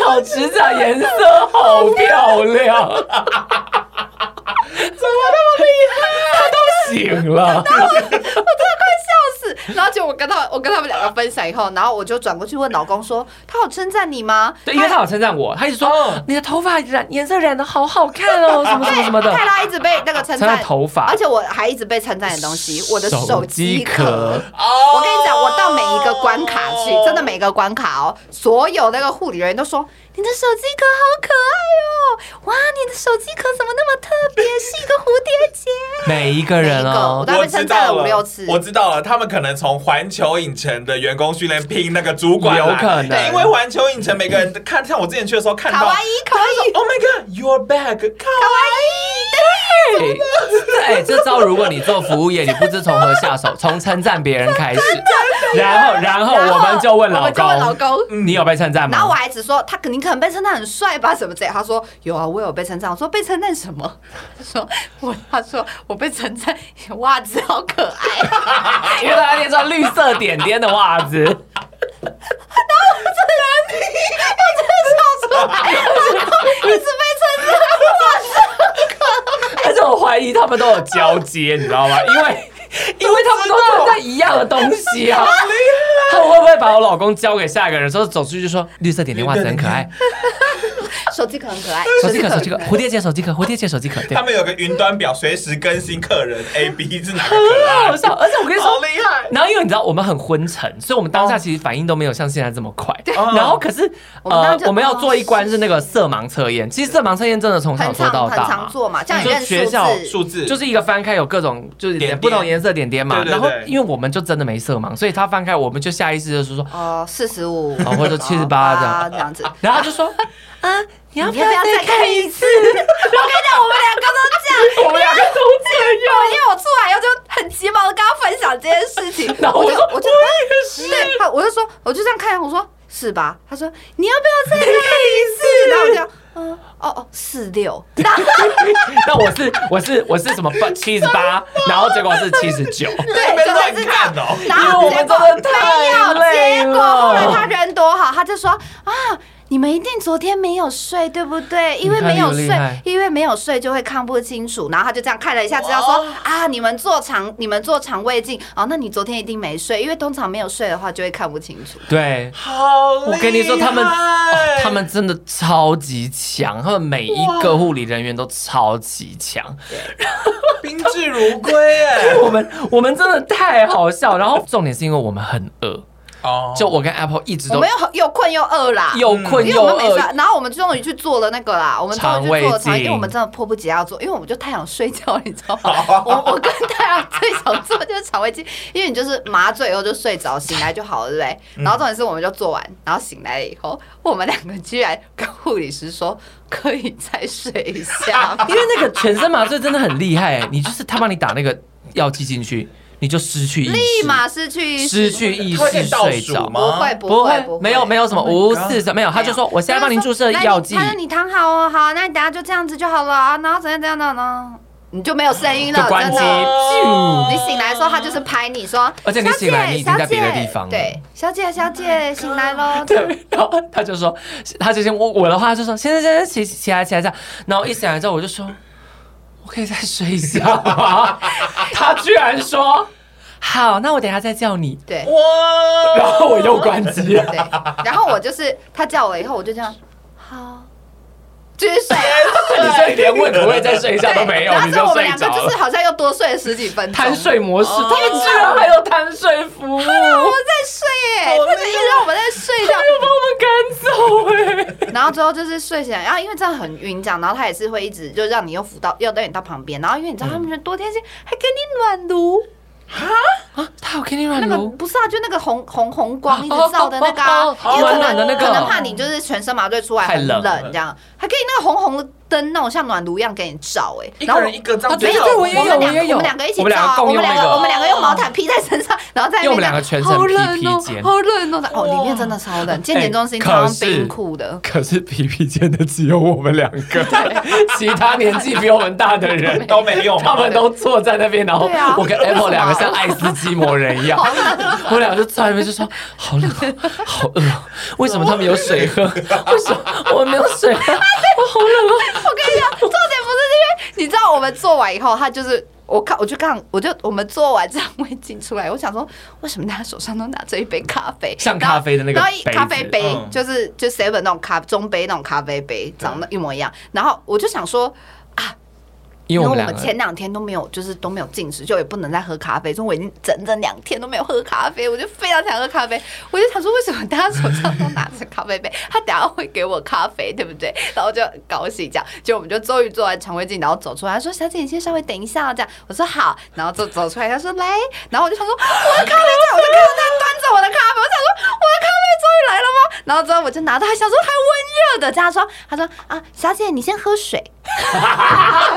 S2: 脚指甲颜色好漂
S1: *laughs*
S2: 亮， *laughs* 怎么那么厉害？他都醒了，
S1: 是，然后结果我跟他我跟他们两个分享以后，然后我就转过去问老公说，他有称赞你吗？
S2: 对，因为他有称赞我，他一直说、
S3: 哦
S2: 你的头发染颜色染的好好看
S1: *laughs*
S2: 哦，什么什么什么的
S1: 泰。拉一直被那个称
S2: 称赞
S1: 赞
S2: 头发
S1: 而且我还一直被称赞的东西，我的手机壳。
S3: 哦
S1: 我跟你讲，我到每一个关卡去，真的每个关卡哦，所有那个护理人员都说你的手机壳好可爱哦，哇，你的手机壳怎么那么特别，是一个蝴蝶结。
S2: 每一个人哦
S1: 每一个我，都被
S3: 我
S1: 称
S3: 知
S1: 赞了
S3: 道
S1: 五六次
S3: 我知道了，他们可能从环球影城的员工训练聘那个主管来，
S2: 有可能
S3: 因为环球影城每个人看，像我之前去的时候看
S1: 卡
S3: 到
S1: 哇伊，卡哇伊，
S3: ，Oh my God，your bag，靠
S1: 卡哇
S2: 对，
S1: *laughs*
S2: 哎、这招如果你做服务业，你不知从何下手，从称赞别人开始，然后然后
S1: 伊，然
S2: 我们就问
S1: 我
S2: 老
S1: 们就问老
S2: 公，嗯
S1: 公，
S2: 你有被称赞
S1: 然后我
S2: 吗？
S1: 还只说他肯定可能被称赞很帅吧，什么之类。他说有啊，我有被称赞。我说被称赞什么？他说我，他说我被称赞袜子好可 *laughs* 爱。
S2: 因为他那穿绿色点点的袜子，
S1: 我真的笑出来，然后 *laughs* 一直被称赞。
S2: 而且我怀疑他们都有交接，你知
S1: *laughs*
S2: 道吗？因为因为他们都称赞一样的东西
S1: *laughs*
S2: 啊。他们会不会把我老公交给下一个人，说走出去就说绿色点点袜子很可爱，
S1: 手机壳很可爱，
S2: *laughs* 手机壳手机壳
S1: 很可爱
S2: 蝴蝶结手机壳蝴蝶结手机壳，对
S3: 他，们有个云端表，随时更新客
S1: *laughs*
S3: 人 A B 是哪个可
S2: 太
S3: 爱
S2: 好，笑。而且我跟你说
S3: 好，厉害。
S2: 然后因为你知道我们很昏沉，所以我们当下其实反应都没有像现在这么快。
S3: 哦
S2: 然后可是
S1: 我们当
S2: 呃
S1: 时就，
S2: 我们要做一关是那个色盲测验，其实色盲测验真的从小
S1: 很
S2: 做
S1: 常
S2: 到
S1: 很
S2: 大
S1: 常
S2: 啊。
S1: 做嘛，这样也认
S2: 你说学校
S1: 数字。
S3: 数字
S2: 就是一个翻开有各种就是
S3: 点点
S2: 不同颜色点点嘛，
S3: 对对
S2: 然后
S3: 对
S2: 因为我们就真的没色盲，所以他翻开我们就下意识就是
S3: *laughs*
S2: 说，
S1: 哦，四十五
S2: 哦或者78这样
S1: 这样子。
S2: 然后他就说啊，你要
S1: *laughs* 你
S2: 不
S1: 要
S2: 要
S1: 不要再
S2: 再看
S1: 看
S2: 一
S1: 一
S2: 次
S1: 次？？我跟你讲，我们两个都这样，
S2: 我们两个都这样，
S1: 因为我出来以后就很急忙的跟他分享这件事情，
S2: *laughs* 然
S1: *laughs*
S2: 后
S1: 我
S2: 我
S1: 就
S2: 说
S1: 我就对，他我就说我就这样看，我说是吧？他说你要不要再看一
S2: *laughs*
S1: 次？然后我 *laughs* 就嗯哦哦四六，然后
S2: *laughs* 那我是我是我是什么七十八，然后结果是七十
S1: *laughs*
S2: 九。
S1: 对，
S3: 被
S1: 就
S3: 乱
S1: 是这
S3: 看
S1: 样。
S3: 哦，
S1: 然后
S2: 因为我们
S1: 结果
S2: 真的
S1: 没
S2: 太
S1: 有，
S2: 累了
S1: 结果后来他人多好，他就说啊。你们一定昨天没有睡，对不对？因为没有
S2: 你
S1: 睡
S2: 看嗯你有厉害，
S1: 因为没有睡就会看不清楚。然后他就这样看了一下，知道
S2: 哦
S1: 说啊，你们做肠，你们做肠胃镜哦，那你昨天一定没睡，因为通常没有睡的话就会看不清楚。
S2: 对，
S3: 好厉害！
S2: 我跟你说他们哦他们真的超级强，他们每一个护理人员都超级强。
S3: 宾至如归哎，
S2: 我们我们真的太好笑，然后重点是因为我们很饿，*laughs*
S3: 哦
S2: 就我跟 Apple 一直
S1: 我
S2: 都
S1: 们又又困又饿啦，
S2: 又困
S1: 因为我们
S2: 又
S1: 每次啊
S2: 饿，，
S1: 然后我们终于去做了那个啦，我们终于去做了
S2: 肠
S1: 肠，
S2: 胃镜
S1: 因为我们真的迫不及待要做，因为我们就太想睡觉，你知道吗？
S2: *laughs*
S1: 我我跟太阳最想做就是肠胃镜，因为你就是麻醉以后就睡着，醒来就好了，对不
S2: 嗯
S1: 对？然后重点是我们就做完，然后醒来了以后，我们两个居然跟护理师说可以再睡一
S2: *laughs*
S1: 下吗，
S2: 因为那个全身麻醉真的很厉害、欸你就是他帮你打那个药剂进去，你就失去意
S1: 立
S2: 识，
S1: 马失去意
S2: 失
S1: 识，
S2: 去意
S3: 他会给
S2: 识
S3: 你倒
S2: 睡
S3: 数
S2: 着。
S3: 吗
S1: 不会
S2: 不
S1: 会
S2: 会
S1: 不，会，
S2: 没有没有什么
S3: Oh my
S2: 无
S3: God
S2: 事什么没有，他就
S1: 哎
S2: 说我现在帮您注射
S1: 那你
S2: 药剂
S1: 他，说你躺好哦，好，那你等下就这样子就好了啊，然后怎样怎样怎样呢？你就没有声音
S2: 就
S1: 了，
S2: 关
S1: 真
S2: 机。
S1: 的。
S2: 啾
S1: 你醒来的时候，他就是拍你说，
S2: 而且你
S1: 小姐
S2: 醒来你已经在别的地方了
S1: 小姐对，小姐，小姐，醒来喽。
S2: 对，然后他就说，他就先我我的话就说，先生先生起起来起来这样，然后一醒来之后我就说，我可以再睡一下吗？他居然说，好，那我等一下再叫你，
S1: 对
S2: *laughs* 然
S3: 哇，
S2: 后我又关机了。
S1: 对，然后我就是他叫我以后，我就这样，好，继续睡。
S2: 你说你连问可不可以再 *laughs* 睡一下都没有，
S1: 然后
S2: 你
S1: 之后
S2: 就
S1: 我们
S2: 睡
S1: 两个
S2: 着
S1: 就
S2: 了
S1: 是。好像又多睡了十几分钟，
S2: 贪睡模式，他们居然还有贪睡服务，
S1: 我们在睡耶，他就一直让我们在睡觉。
S2: 把我们赶走哎！
S1: 然后之后就是睡醒来，然后因为这样很晕，这样，然后他也是会一直就让你又扶到，又带你到旁边，然后因为你知道
S2: 嗯
S1: 他们人多天性，还给你暖炉，
S2: 啊，他有给你
S1: 那
S2: 软
S1: 个
S2: 炉，
S1: 不是啊，就那个红红红光一
S2: *laughs*
S1: 直照的那个啊
S2: 哦哦哦哦，
S1: 因为可
S2: 暖暖的
S1: 能
S2: 那个
S1: 可能怕你就是全身麻醉出来
S2: 太
S1: 很
S2: 冷
S1: 冷这样，还给你那个红红的灯，那种像暖炉一样给你照，哎，
S3: 一
S1: 然后
S3: 个人一个这
S2: 啊
S3: 样
S1: 没
S2: 对
S3: 子
S1: 有，
S2: 对我也有
S1: 们两
S2: 我也有
S1: 我们两个一起
S2: 我们
S1: 照
S2: 两个
S1: 啊，
S2: 共
S1: 我们
S2: 用
S1: 两
S2: 那个
S1: 个我们两个用毛毯披在身上，然后在那边
S2: 因为我们两个全程
S1: 好冷
S2: PP
S1: 哦，
S2: 间
S1: 好冷哦，哦，里面真的超冷，健检中心超
S2: 哎可是
S1: 冰库的。
S2: 可是皮皮间的只有我们两个，其他年纪比我们大的人
S3: 都没有嘛，
S2: 他们都坐在那边，然后
S1: 对啊
S2: 我跟 Apple 两个像爱斯基摩人一样， *laughs* 我们俩就坐在那边就说好冷哦，好饿哦，为什么他们有水喝？ *laughs* 为什么我没有水喝？我好冷哦。
S1: 我跟你讲，重点不是因为你知道我们做完以后，他就是我看我就看我就我们做完肠胃镜出来，我想说为什么大家手上都拿着一杯咖啡，
S2: 像咖啡的那个
S1: 然后然后一
S2: 杯子
S1: 咖啡杯
S3: 嗯
S1: 就是就 seven 那种咖中杯那种咖啡杯长得一模一样，然后我就想说啊。
S2: 因为
S1: 然后
S2: 我
S1: 我
S2: 们两
S1: 们
S2: 个
S1: 前两天都没有，就是都没有进食，就也不能再喝咖啡。所以我已经整整两天都没有喝咖啡，我就非常想喝咖啡。我就想说，为什么大家手上都拿着咖啡杯？他等下会给我咖啡，对不对？然后就很高兴这样。就我们就终于做完肠胃镜，然后走出来，他说：“小姐，你先稍微等一下。”这样我说好，然后就走出来，他说：“来。”然后我就想说，我的咖啡在，我就看到他端着我的咖啡，我想说，我的咖啡终于来了吗？然后之后我就拿到，他想说还温热的，这样说，他说：“啊，小姐，你先喝水。”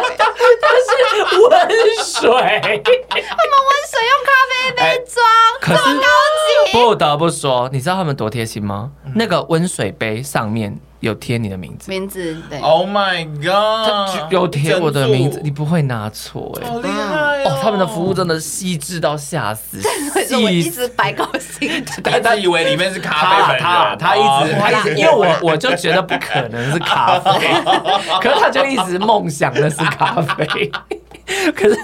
S2: 是温
S1: *laughs*
S2: 水。
S1: 他们温水用咖啡杯装，
S2: 哎可
S1: 这么
S2: 是
S1: 高级。
S2: 不得不说，你知道他们多贴心吗？那个温水杯上面有贴你的名字，
S1: 名字对，
S2: 哦
S3: Oh my god！
S2: 有贴我的
S3: 珍珠
S2: 名字，你不会拿错哎、
S3: 好厉害
S2: 哦，他们的服务真的细致到吓死，
S1: 所以我一
S2: 细
S1: 直白高兴。
S3: 他他以为里面是咖啡
S2: 他
S3: 本
S2: 他
S3: 人
S2: 他一直
S3: 哦
S2: 他一直，因为我我就觉得不可能是咖啡，可是他就一直梦想那是咖啡，可是。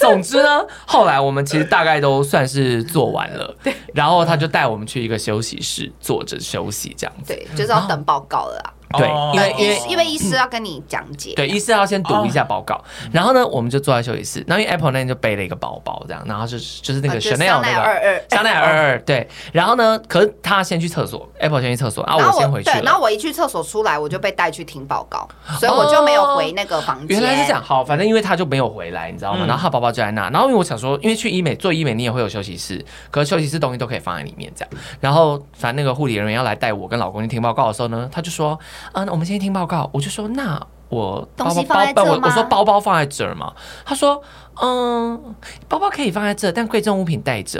S2: 总之呢，后来我们其实大概都算是做完了，然后他就带我们去一个休息室坐着休息这样子。
S1: 对，就是要等报告了啦。
S2: 对
S3: 哦，
S2: 因为
S1: 呃
S2: 因为嗯
S1: 医因为医师要跟你讲解。
S2: 对，医生要先读一下报告，然后呢，我们就坐在休息室。然后因为 Apple 那天就背了一个包包，这样，然后就是就是那
S1: 啊
S2: 个
S1: 就是
S2: Chanel 那
S1: 香奈
S2: 个
S1: 儿二
S2: *laughs* 香奈儿二
S1: 哦
S2: 二对。然后呢，可是他先去厕所，Apple 先去厕所，啊，
S1: 然
S2: 我
S1: 后
S2: 先
S1: 我
S2: 回去
S1: 对，然后
S2: 了。哦
S1: 我一去厕所出来，我就被带去听报告，所以我就没有回那个房间。
S2: 原来是这样，，好，反正因为他就没有回来，你知道吗？
S3: 嗯
S2: 然后他包包就在那，然后因为我想说，因为去医美做医美，你也会有休息室，可是休息室东西都可以放在里面这样。然后反正那个护理人员要来带我跟老公去听报告的时候呢，他就说，嗯，我们先去听报告。我就说，那我包
S1: 东
S2: 包
S1: 西放在
S2: 包
S1: 这
S2: 我我说
S1: 吗
S2: 包包放在这儿嘛，他说，嗯，包包可以放在这，但贵重物品带着。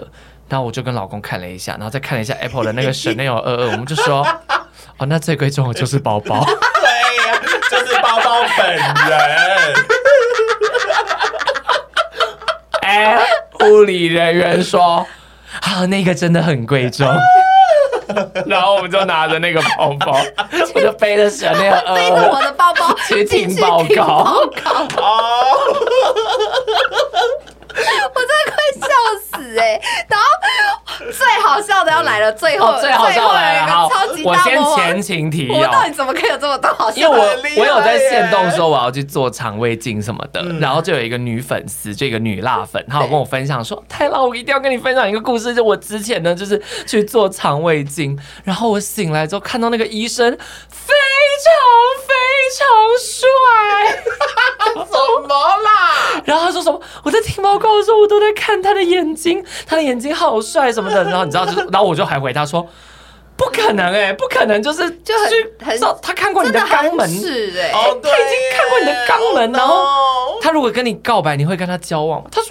S2: 然后我就跟老公看了一下，然后再看了一下 Apple 的那个 Chanel 二二，我们就说，哦，那最贵重的就是包包。
S3: 哦对呀，就是包包本人。
S2: 哎，护理人员说，啊，那个真的很贵重。 *laughs* 然后我们就拿着那个包包， *laughs* 我就背着 Chanel 二
S1: 背着我
S2: 二
S1: 的包包
S2: *laughs* 去
S1: 进
S2: 听
S1: 去
S2: 报
S1: 听
S2: 告
S1: 报告，我
S3: 哦，
S1: 真的快笑死哎！然后最好笑的要来了，最后
S2: 哦，最好笑
S1: 后有
S2: 来
S1: 一
S2: 了，
S1: 个
S2: 好
S1: 超级，
S2: 我
S1: 大
S2: 先
S1: 魔王
S2: 前哦情提
S1: 我
S2: 要。
S1: 到底怎么可以有这么多好笑的？
S2: 因
S1: *laughs*
S2: 为我
S3: 很厉害耶
S2: 我有在线动说我要去做肠胃镜什么的，
S1: 嗯
S2: 然后就有一个女粉丝，就一个女辣粉，她有跟我分享说，太辣，我一定要跟你分享一个故事，就我之前呢就是去做肠胃镜，然后我醒来之后看到那个医生非常非常帅。
S3: 怎么啦？
S2: 然后他说什么？我在听报告的时候，我都在看他的眼睛，他的眼睛好帅什么的。然后你知道，就是，然后我就还回他说，不可能哎、不可能，就是
S1: 就
S2: 去
S1: 很很
S2: 知道他看过你
S1: 真
S2: 的
S1: 的
S2: 肛
S1: 很
S2: 门。
S1: 是哎，
S3: 哦，对
S2: 他已经看过你的肛门
S3: 耶
S2: 然后
S3: Oh no
S2: 他如果跟你告白，你会跟他交往吗？他说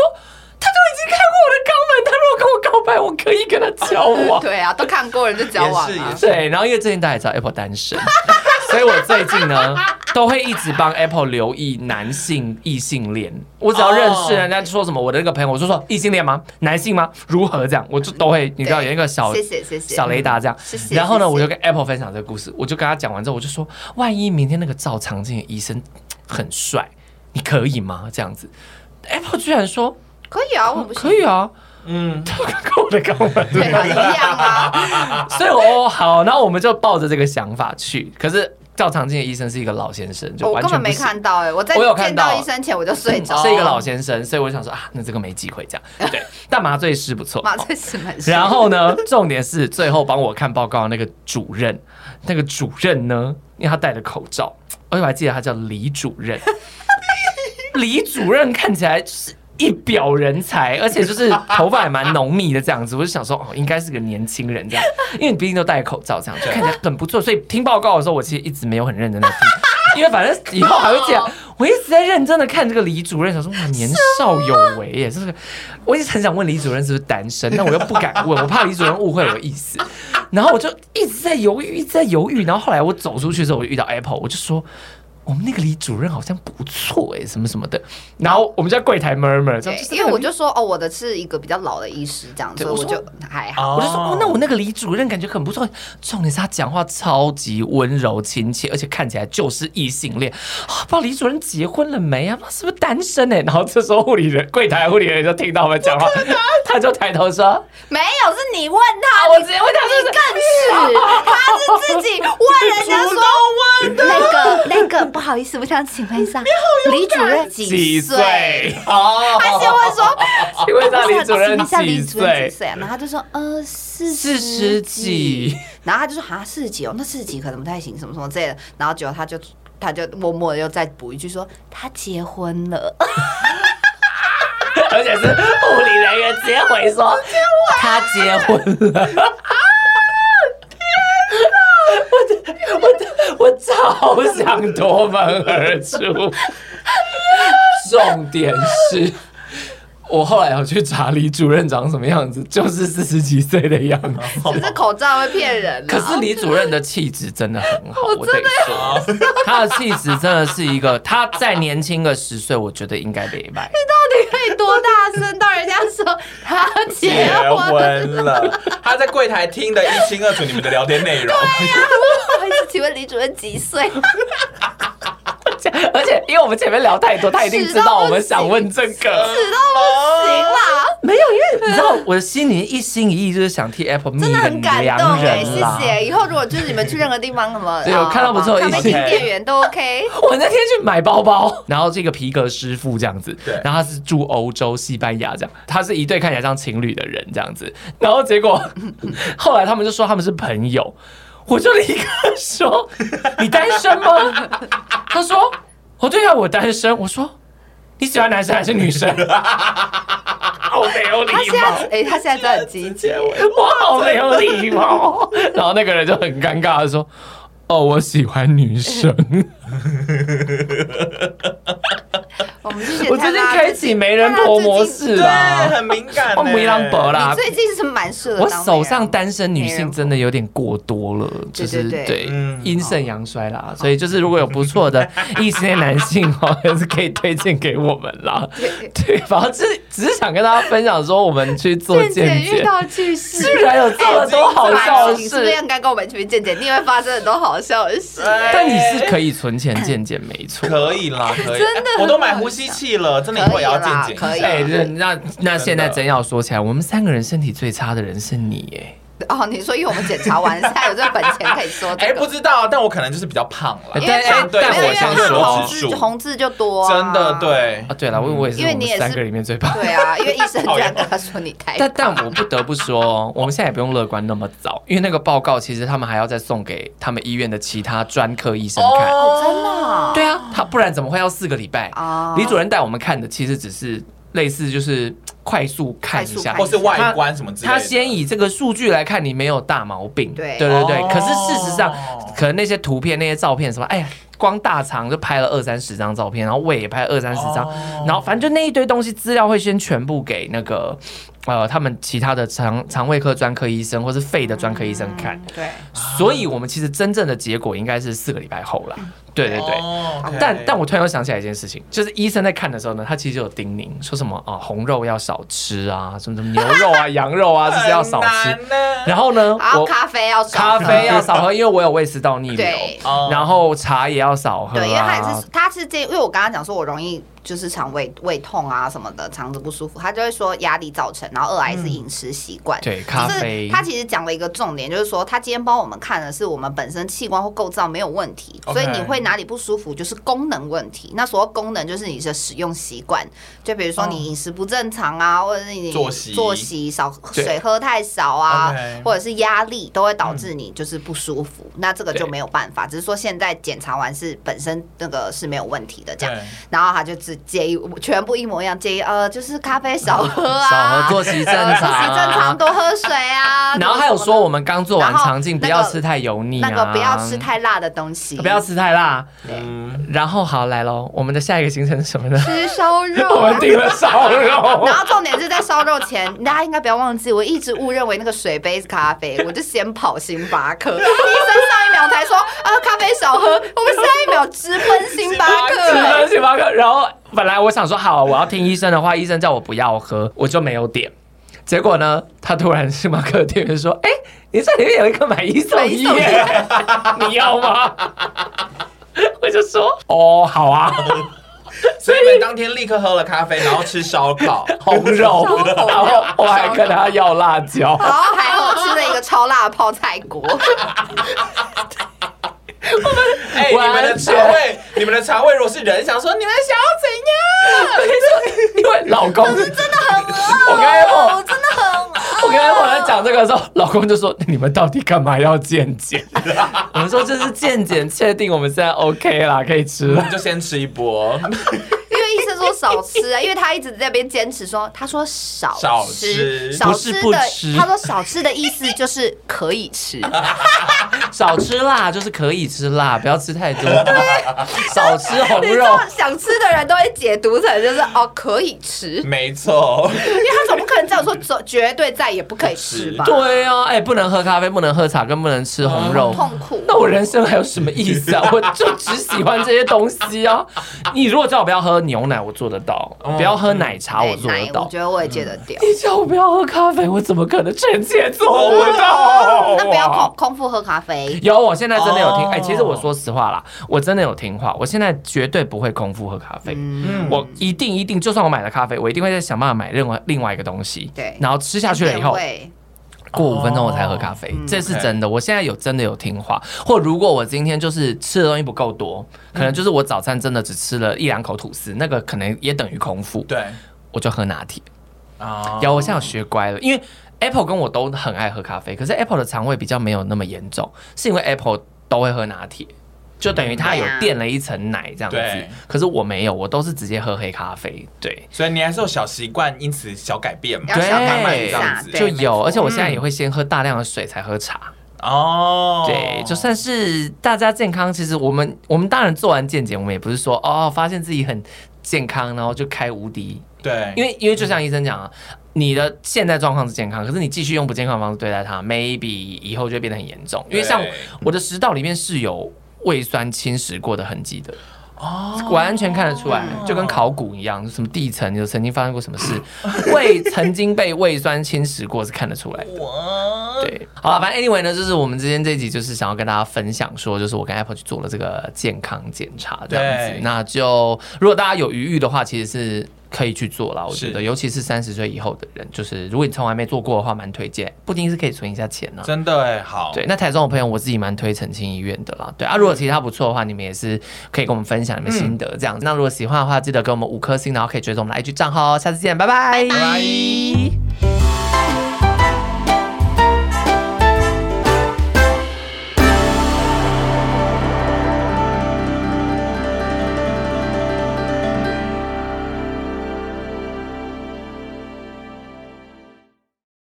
S2: 他就已经看过我的肛门，他如果跟我告白，我可以跟他交
S1: *laughs*
S2: 往。
S1: 对啊，都看过人就交往
S3: 也是也
S1: 啊
S3: 是。
S2: 对，然后因为最近大家也知道 Apple 单身， *laughs* 所以我最近呢都会一直帮 Apple 留意男性异性恋。我只要认识
S3: 哦
S2: 人家说什么我的那个朋友，我就说异性恋吗？男性吗？如何这样？我就都会，你知道有一个小
S1: 谢谢谢谢
S2: 小雷达这样
S1: 谢。谢
S2: 然后呢，
S1: 谢谢
S2: 我就跟 Apple 分享这个故事，我就跟他讲完之后，我就说，万一明天那个照肠镜的医生很帅，你可以吗？这样子，Apple 居然说
S1: 可以啊，我不是
S2: 可以啊， *laughs*
S3: 嗯，
S2: 他跟我的肛门
S1: *laughs* 对啊，一样
S2: *laughs*
S1: 啊，
S2: 所以我哦好，然后我们就抱着这个想法去。可是照肠镜的医生是一个老先生，就
S1: 哦我
S2: 完
S1: 根
S2: 全
S1: 本
S2: 不
S1: 没
S2: 行。
S1: 看到哎，我在
S2: 我有看
S1: 见
S2: 到
S1: 到医生前我就睡着，
S2: 是一个老先生，所以我就想说啊，那这个没机会这
S1: *laughs*
S2: 样。对，但麻醉师不错。
S1: 马醉是蛮帅
S2: 然后呢，重点是最后帮我看报告的那个主任，那个主任呢，因为他戴着口罩，而且我还记得他叫李主任。李主任看起来就是一表人才，而且就是头发也蛮浓密的这样子。我就想说，哦，应该是个年轻人这样，因为你毕竟都戴口罩这样，就看起来很不错。所以听报告的时候，我其实一直没有很认真的听。 *laughs* 因为反正以后还会
S1: 哦
S2: 这样，我一直在认真的看这个李主任，想说哇年少有为耶，就是我一直很想问李主任是不是单身，但我又不敢问，我怕李主任误会我意
S1: *laughs*
S2: 思。然后我就一直在犹豫，一直在犹豫。然后后来我走出去之后，我遇到 Apple，我就说。我们那个李主任好像不错哎、什么什么的。然后我们在柜台 murmur，
S1: 对
S2: 这样就是那个
S1: 因为我
S2: 李
S1: 就说哦，我的是一个比较老的医师这样，
S2: 对
S1: 所以我
S2: 我说
S1: 就哎还好。
S3: 我
S2: 我就说哦，那我那个李主任感觉很不错。重点是他讲话超级温柔亲切，而且看起来就是异性恋。啊，不知道李主任结婚了没啊？不知道是不是单身哎、然后这时候护理人柜台护理人员就听到我们讲话，他就抬头说：“
S1: 没有，是啊你问他，
S2: 啊，我直接问他
S1: 你更
S2: 是
S1: 是，他是自己问人家说那个那个不好意思，我想请问一下，李主任几岁？？
S2: 哦，
S1: 他先问说，
S2: *laughs* 请 *laughs* 问一下
S1: 我
S2: 李
S1: 想
S2: 主任
S1: 请问一下李
S2: 几
S1: 主任
S2: 岁
S1: 几？岁啊？然后他就说，呃，四
S2: 四十几，
S1: 然后他就说啊，四十几哦，那四十几可能不太行，什么什么之类的。然后结果他就他就默默的又再补一句说，他结婚了。 *laughs*
S2: 而且是护理人员直接回说，他结婚了。啊我我超想夺门而出，重点是，我后来有去查李主任长什么样子，就是四十几岁的样子。
S1: 只是口罩会骗人啊啦。
S2: 可是李主任的气质哦真的很好，我得说，他的气质真的是一个，他再年轻个十岁，我觉得应该得买。
S1: 到底可以多大声到人家说 *laughs* 他结
S3: 结
S1: 婚了？
S3: 婚了，他在柜台听得一清二楚你们的聊天内容。
S1: 不好意思，请问李主任几岁？ *laughs*
S2: *laughs* 而且因为我们前面聊太多，他一定知道我们想问这个。
S1: 死都
S3: 哦
S1: 不行啦！
S2: 没有，因为你知道我的心里一心一意就是想替 Apple
S1: 啊
S2: 蜜
S1: 真的很感动
S2: 良
S1: 哎，
S2: 人啦。
S1: 谢谢。以后如果就是你们去任何地方，什么呃
S2: 对我看到不错
S1: 咖啡
S2: 一
S1: 厅
S2: 些
S1: 店员都
S2: *laughs*
S1: OK。
S2: 我那天去买包包， *laughs* 然后这个皮革师傅这样子
S3: 对，
S2: 然后他是住欧洲西班牙这样，他是一对看起来像情侣的人这样子，然后结 *laughs* 果后来他们就说他们是朋友，我就立刻说你单身吗？他说哦对啊我单身，我说你喜欢男生还是女生？ *laughs* 好没有礼貌。
S1: 他现在哎，他现在真的很积极
S3: 结。尾
S2: 我好没有礼貌。然后那个人就很尴尬的说：“哦，我喜欢女
S1: *laughs*
S2: 生。
S1: 哦我们谢谢”
S2: 我最近
S1: 他啦
S2: 开启媒人婆
S1: *laughs*
S2: 模式
S3: 对，
S1: 啊
S2: 啦，
S3: 很敏感。欸
S2: 我梅朗博。啦
S1: 你。最近是蛮适合
S2: 我
S1: 当啊媒人
S2: 手上
S1: *laughs*
S2: 单身女性真的有点过多了，就
S1: 对
S2: 是
S1: 对对
S2: 对
S3: 嗯
S2: 阴盛阳衰啦，所以就是如果有不错的 *laughs* 异性恋男性哦，还是可以推荐给我们啦。对，反正只是只是想跟大家分享说，我们去做
S1: 健
S2: 健
S1: 健遇
S2: 检，
S1: 到巨石
S2: 居。然有这么多啊好笑的
S1: 你是不
S2: 事
S1: 是。应该跟我们一起去健健？你也会发生很多好笑的事。
S2: 但你是可以存钱健检，没错。
S3: 可以
S1: 哎
S3: 啦，可以。真的，我都买呼吸器了，真的以后也要健检一下
S1: 可以啦可以
S2: *laughs* 哎、
S1: 啊
S2: 那那那现在
S3: 真的
S2: 真要说起来，我们三个人身体最差的人是你哎。
S1: 哦，你说因为我们检查完，现在有这个本钱可以说
S3: 哎、
S1: 这
S3: 不
S1: 个。
S3: 知道，但我可能就是比较胖了。
S1: 因
S2: 但
S1: 为
S2: 哎
S1: 像
S3: 对
S1: 没有
S3: 我
S1: 因为
S3: 先
S1: 像
S3: 说
S1: 红
S3: 指
S1: 字
S3: 数
S1: 红字就多啊，
S3: 真的对，
S2: 啊，对了，我我也是
S1: 因
S2: 我
S1: 为你
S2: 们
S1: 也是
S2: 三个里面最胖。
S1: 对啊，因为医生
S3: 讨
S1: 这
S3: 厌
S1: 样跟他说你太
S2: 但但我不得不说，我们现在也不用乐观那么早，因为那个报告其实他们还要再送给他们医院的其他专科医生
S1: 哦
S2: 看。
S1: 真的啊
S2: 对啊，他不然怎么会要四个礼拜？
S1: 啊
S2: 李主任带我们看的其实只是类似就是快速看一
S1: 快速
S2: 下
S1: 看，
S3: 或是外观什么之类的。
S2: 他先以这个数据来看你没有大毛病，
S1: 对
S2: 对对对
S3: 哦
S2: 可是事实上，可能那些图片、那些照片什么，哎呀，光大肠就拍了二三十张照片，然后胃也拍二三十张，
S3: 哦
S2: 然后反正就那一堆东西资料会先全部给那个呃他们其他的肠肠胃科专科医生或是肺的专科医生看，
S1: 哦
S3: 嗯
S1: 对，
S2: 所以我们其实真正的结果应该是四个礼拜后啦，对对对。
S3: 哦，OK
S2: 但但我突然又想起来一件事情，就是医生在看的时候呢，他其实就有叮咛说什么啊，红肉要少吃啊，什么什么牛肉
S1: *laughs*
S2: 啊、羊肉啊，就是要少吃。
S3: 很难呢
S2: 然后呢，
S1: 然后
S2: 我
S1: 咖啡要少
S2: 咖
S1: 喝
S2: 啡要
S1: *laughs*
S2: 少喝，因为我有胃食道逆流。
S1: 对
S3: 哦
S2: *laughs* 然后茶也要少喝
S1: 对，因为他也
S2: 啊
S1: 是。他是这，因为我刚刚讲说我容易就是肠胃胃痛啊什么的，肠子不舒服，他就会说压力造成，然后二来是饮食习惯。
S2: 嗯对，咖
S1: 就是
S2: 啡。
S1: 他其实讲了一个重点，就是说他今天帮我们看的是我们本身器官或构造没有问题
S3: OK
S1: 所以你会哪里不舒服就是功能问题。那所谓功能就是你的使用习惯，就比如说你饮食不正常啊，或者是你
S3: 作息
S1: 作息少
S2: 对
S1: 水喝太少啊
S3: OK
S1: 或者是压力都会导致你就是不舒服。那这个就没有办法，只是说现在检查完是本身那个是没有问题的这样
S3: 对。
S1: 然后他就只建议全部一模一样，建议呃就是咖啡少喝啊，
S2: 少喝作息正常啊
S1: 呃作息正常多喝水啊。
S2: *laughs* 然后还有说我们刚做完
S1: 然后
S2: 肠镜，不
S1: 那
S2: 要
S1: 个
S2: 吃太油腻啊，
S1: 那个不要吃太辣的东西，
S2: 不要吃太辣。
S3: 嗯，
S2: 然后好来喽，我们的下一个行程是什么呢？
S1: 吃烧
S2: *laughs* 我
S1: 肉。啊
S2: 们订了烧肉
S1: 然。后重点是在烧肉前，大家应该不要忘记，我一直误认为那个水杯是咖啡， *laughs* 我就先跑星巴克。医生上一秒才说啊咖啡少喝，我们下一秒直奔星巴
S2: 吃了
S1: 克。
S2: 星巴克，然后本来我想说好，我要听医生的话，医生叫我不要喝，我就没有点。结果呢，他突然星巴克的店员说：“哎、你这里面有一个买一送一
S1: 买一
S2: 耶， *laughs* 你要吗？”我就说：“哦，好啊，
S3: 所以你们当天立刻喝了咖啡，然后吃
S2: *laughs*
S3: 烧烤，
S2: 红肉。
S1: 红肉”
S2: 然后我还跟他要辣 *laughs* 椒，
S1: 然后还好吃了一个超辣的泡菜锅，
S3: 哎，你们的肠胃，你们的肠胃如果是人，想说你们想
S2: *laughs*
S3: 要怎样？
S2: 因为老公
S1: 真的很
S2: 我刚才
S1: 饿，
S2: 我
S1: 哦真的很饿。
S2: 我刚才我在讲这个的时候，老公就说：“你们到底干嘛要健检？” *laughs* 我们说：“这是健检，确定我们现在 OK 啦，可以吃
S3: 我
S2: 了。
S3: 们就先吃一波，
S1: 因为医生说少吃啊，因为他一直在那边坚持说，他说少
S3: 少
S1: 吃，
S3: 吃
S1: 少
S2: 不是
S1: 吃
S2: 不
S1: 的，
S2: 吃
S1: 他说少吃的意思就是可以
S2: *laughs*
S1: 吃，
S2: *laughs* 少吃辣就是可以吃辣，不要吃太多，少吃红
S1: 你知 *laughs*
S2: 肉。
S1: 道想吃的人都会解读成就是哦可以吃，因
S3: 没错，
S2: 嗯
S1: 为他总不可能这样说，总绝对再也不可以吃吧？
S2: 对啊，哎、不能喝咖啡，不能喝茶，更不能吃红肉。
S1: 痛苦。哎
S2: 那我人生还有什么意思啊？我就只喜欢这些东西啊！ *laughs* 你如果叫我不要喝牛奶，我做得到；
S3: 哦
S2: 不要喝奶茶，我
S1: 对
S2: 做得
S1: 奶
S2: 到
S1: 我。觉得我也戒得掉。
S2: 你叫我不要喝咖啡，我怎么可能臣妾做不到？
S1: 那不要空空腹喝咖啡，
S2: 有，我现在真的有听。
S3: 哦
S2: 哎、其实我说实话啦，我真的有听话。我现在绝对不会空腹喝咖啡，
S1: 嗯，
S2: 我一定一定，就算我买了咖啡，我一定会再想办法买另外另外一个东西。
S1: 对
S2: 然后吃下去了以后，
S1: 变味哦
S2: 过五分钟我才喝咖啡，这是真的。我现在有真的有听话，或如果我今天就是吃的东西不够多，可能就是我早餐真的只吃了一两口吐司，那个可能也等于空腹，
S3: 对
S2: 我就喝拿铁。
S3: 啊
S2: 有，我现在有学乖了，因为 Apple 跟我都很爱喝咖啡，可是 Apple 的肠胃比较没有那么严重，是因为 Apple 都会喝拿铁，就等于它有
S1: 对啊
S2: 垫了一层奶这样子
S3: 对。
S2: 可是我没有，我都是直接喝黑咖啡。对。
S3: 所以你还是有小习惯，因此小改变嘛，
S1: 要小
S3: 慢慢
S1: 改变
S3: 这
S1: 一
S3: 样
S1: 下
S3: 子
S1: 对
S2: 就
S1: 没
S2: 有，
S1: 错
S2: 而且我现在也会先喝大量的水才喝茶。
S3: 哦，
S2: 对，就算是大家健康，其实我们我们当然做完健检，我们也不是说哦发现自己很健康，然后就开无敌
S3: 对，
S2: 因为因为就像医生讲啊，你的现在状况是健康，可是你继续用不健康的方式对待它，maybe 以后就会变得很严重。因为像
S3: 对
S2: 我的食道里面是有胃酸侵蚀过的痕迹的。哦，完全看得出来，就跟考古一样，什么地层有曾经发生过什么事， *laughs* 胃曾经被胃酸侵蚀过是看得出来的。
S3: 我
S2: 对，好了，反正 anyway 呢，就是我们之间这一集就是想要跟大家分享说，就是我跟 Apple 去做了这个健康检查这样子
S3: 对。
S2: 那就如果大家有余裕的话，其实是可以去做啦。我觉
S3: 是
S2: 得，尤其是三十岁以后的人，就是如果你从来没做过的话，蛮推荐，不一定是可以存一下钱呢、
S3: 真的哎，好，
S2: 对，那台中的朋友，我自己蛮推澄清医院的啦。对
S3: 嗯
S2: 啊，如果其他不错的话，你们也是可以跟我们分享你们心得这样子。那如果喜欢的话，记得给我们五颗星，然后可以追踪我们的 IG 账号哦。下次见，拜拜
S3: 拜。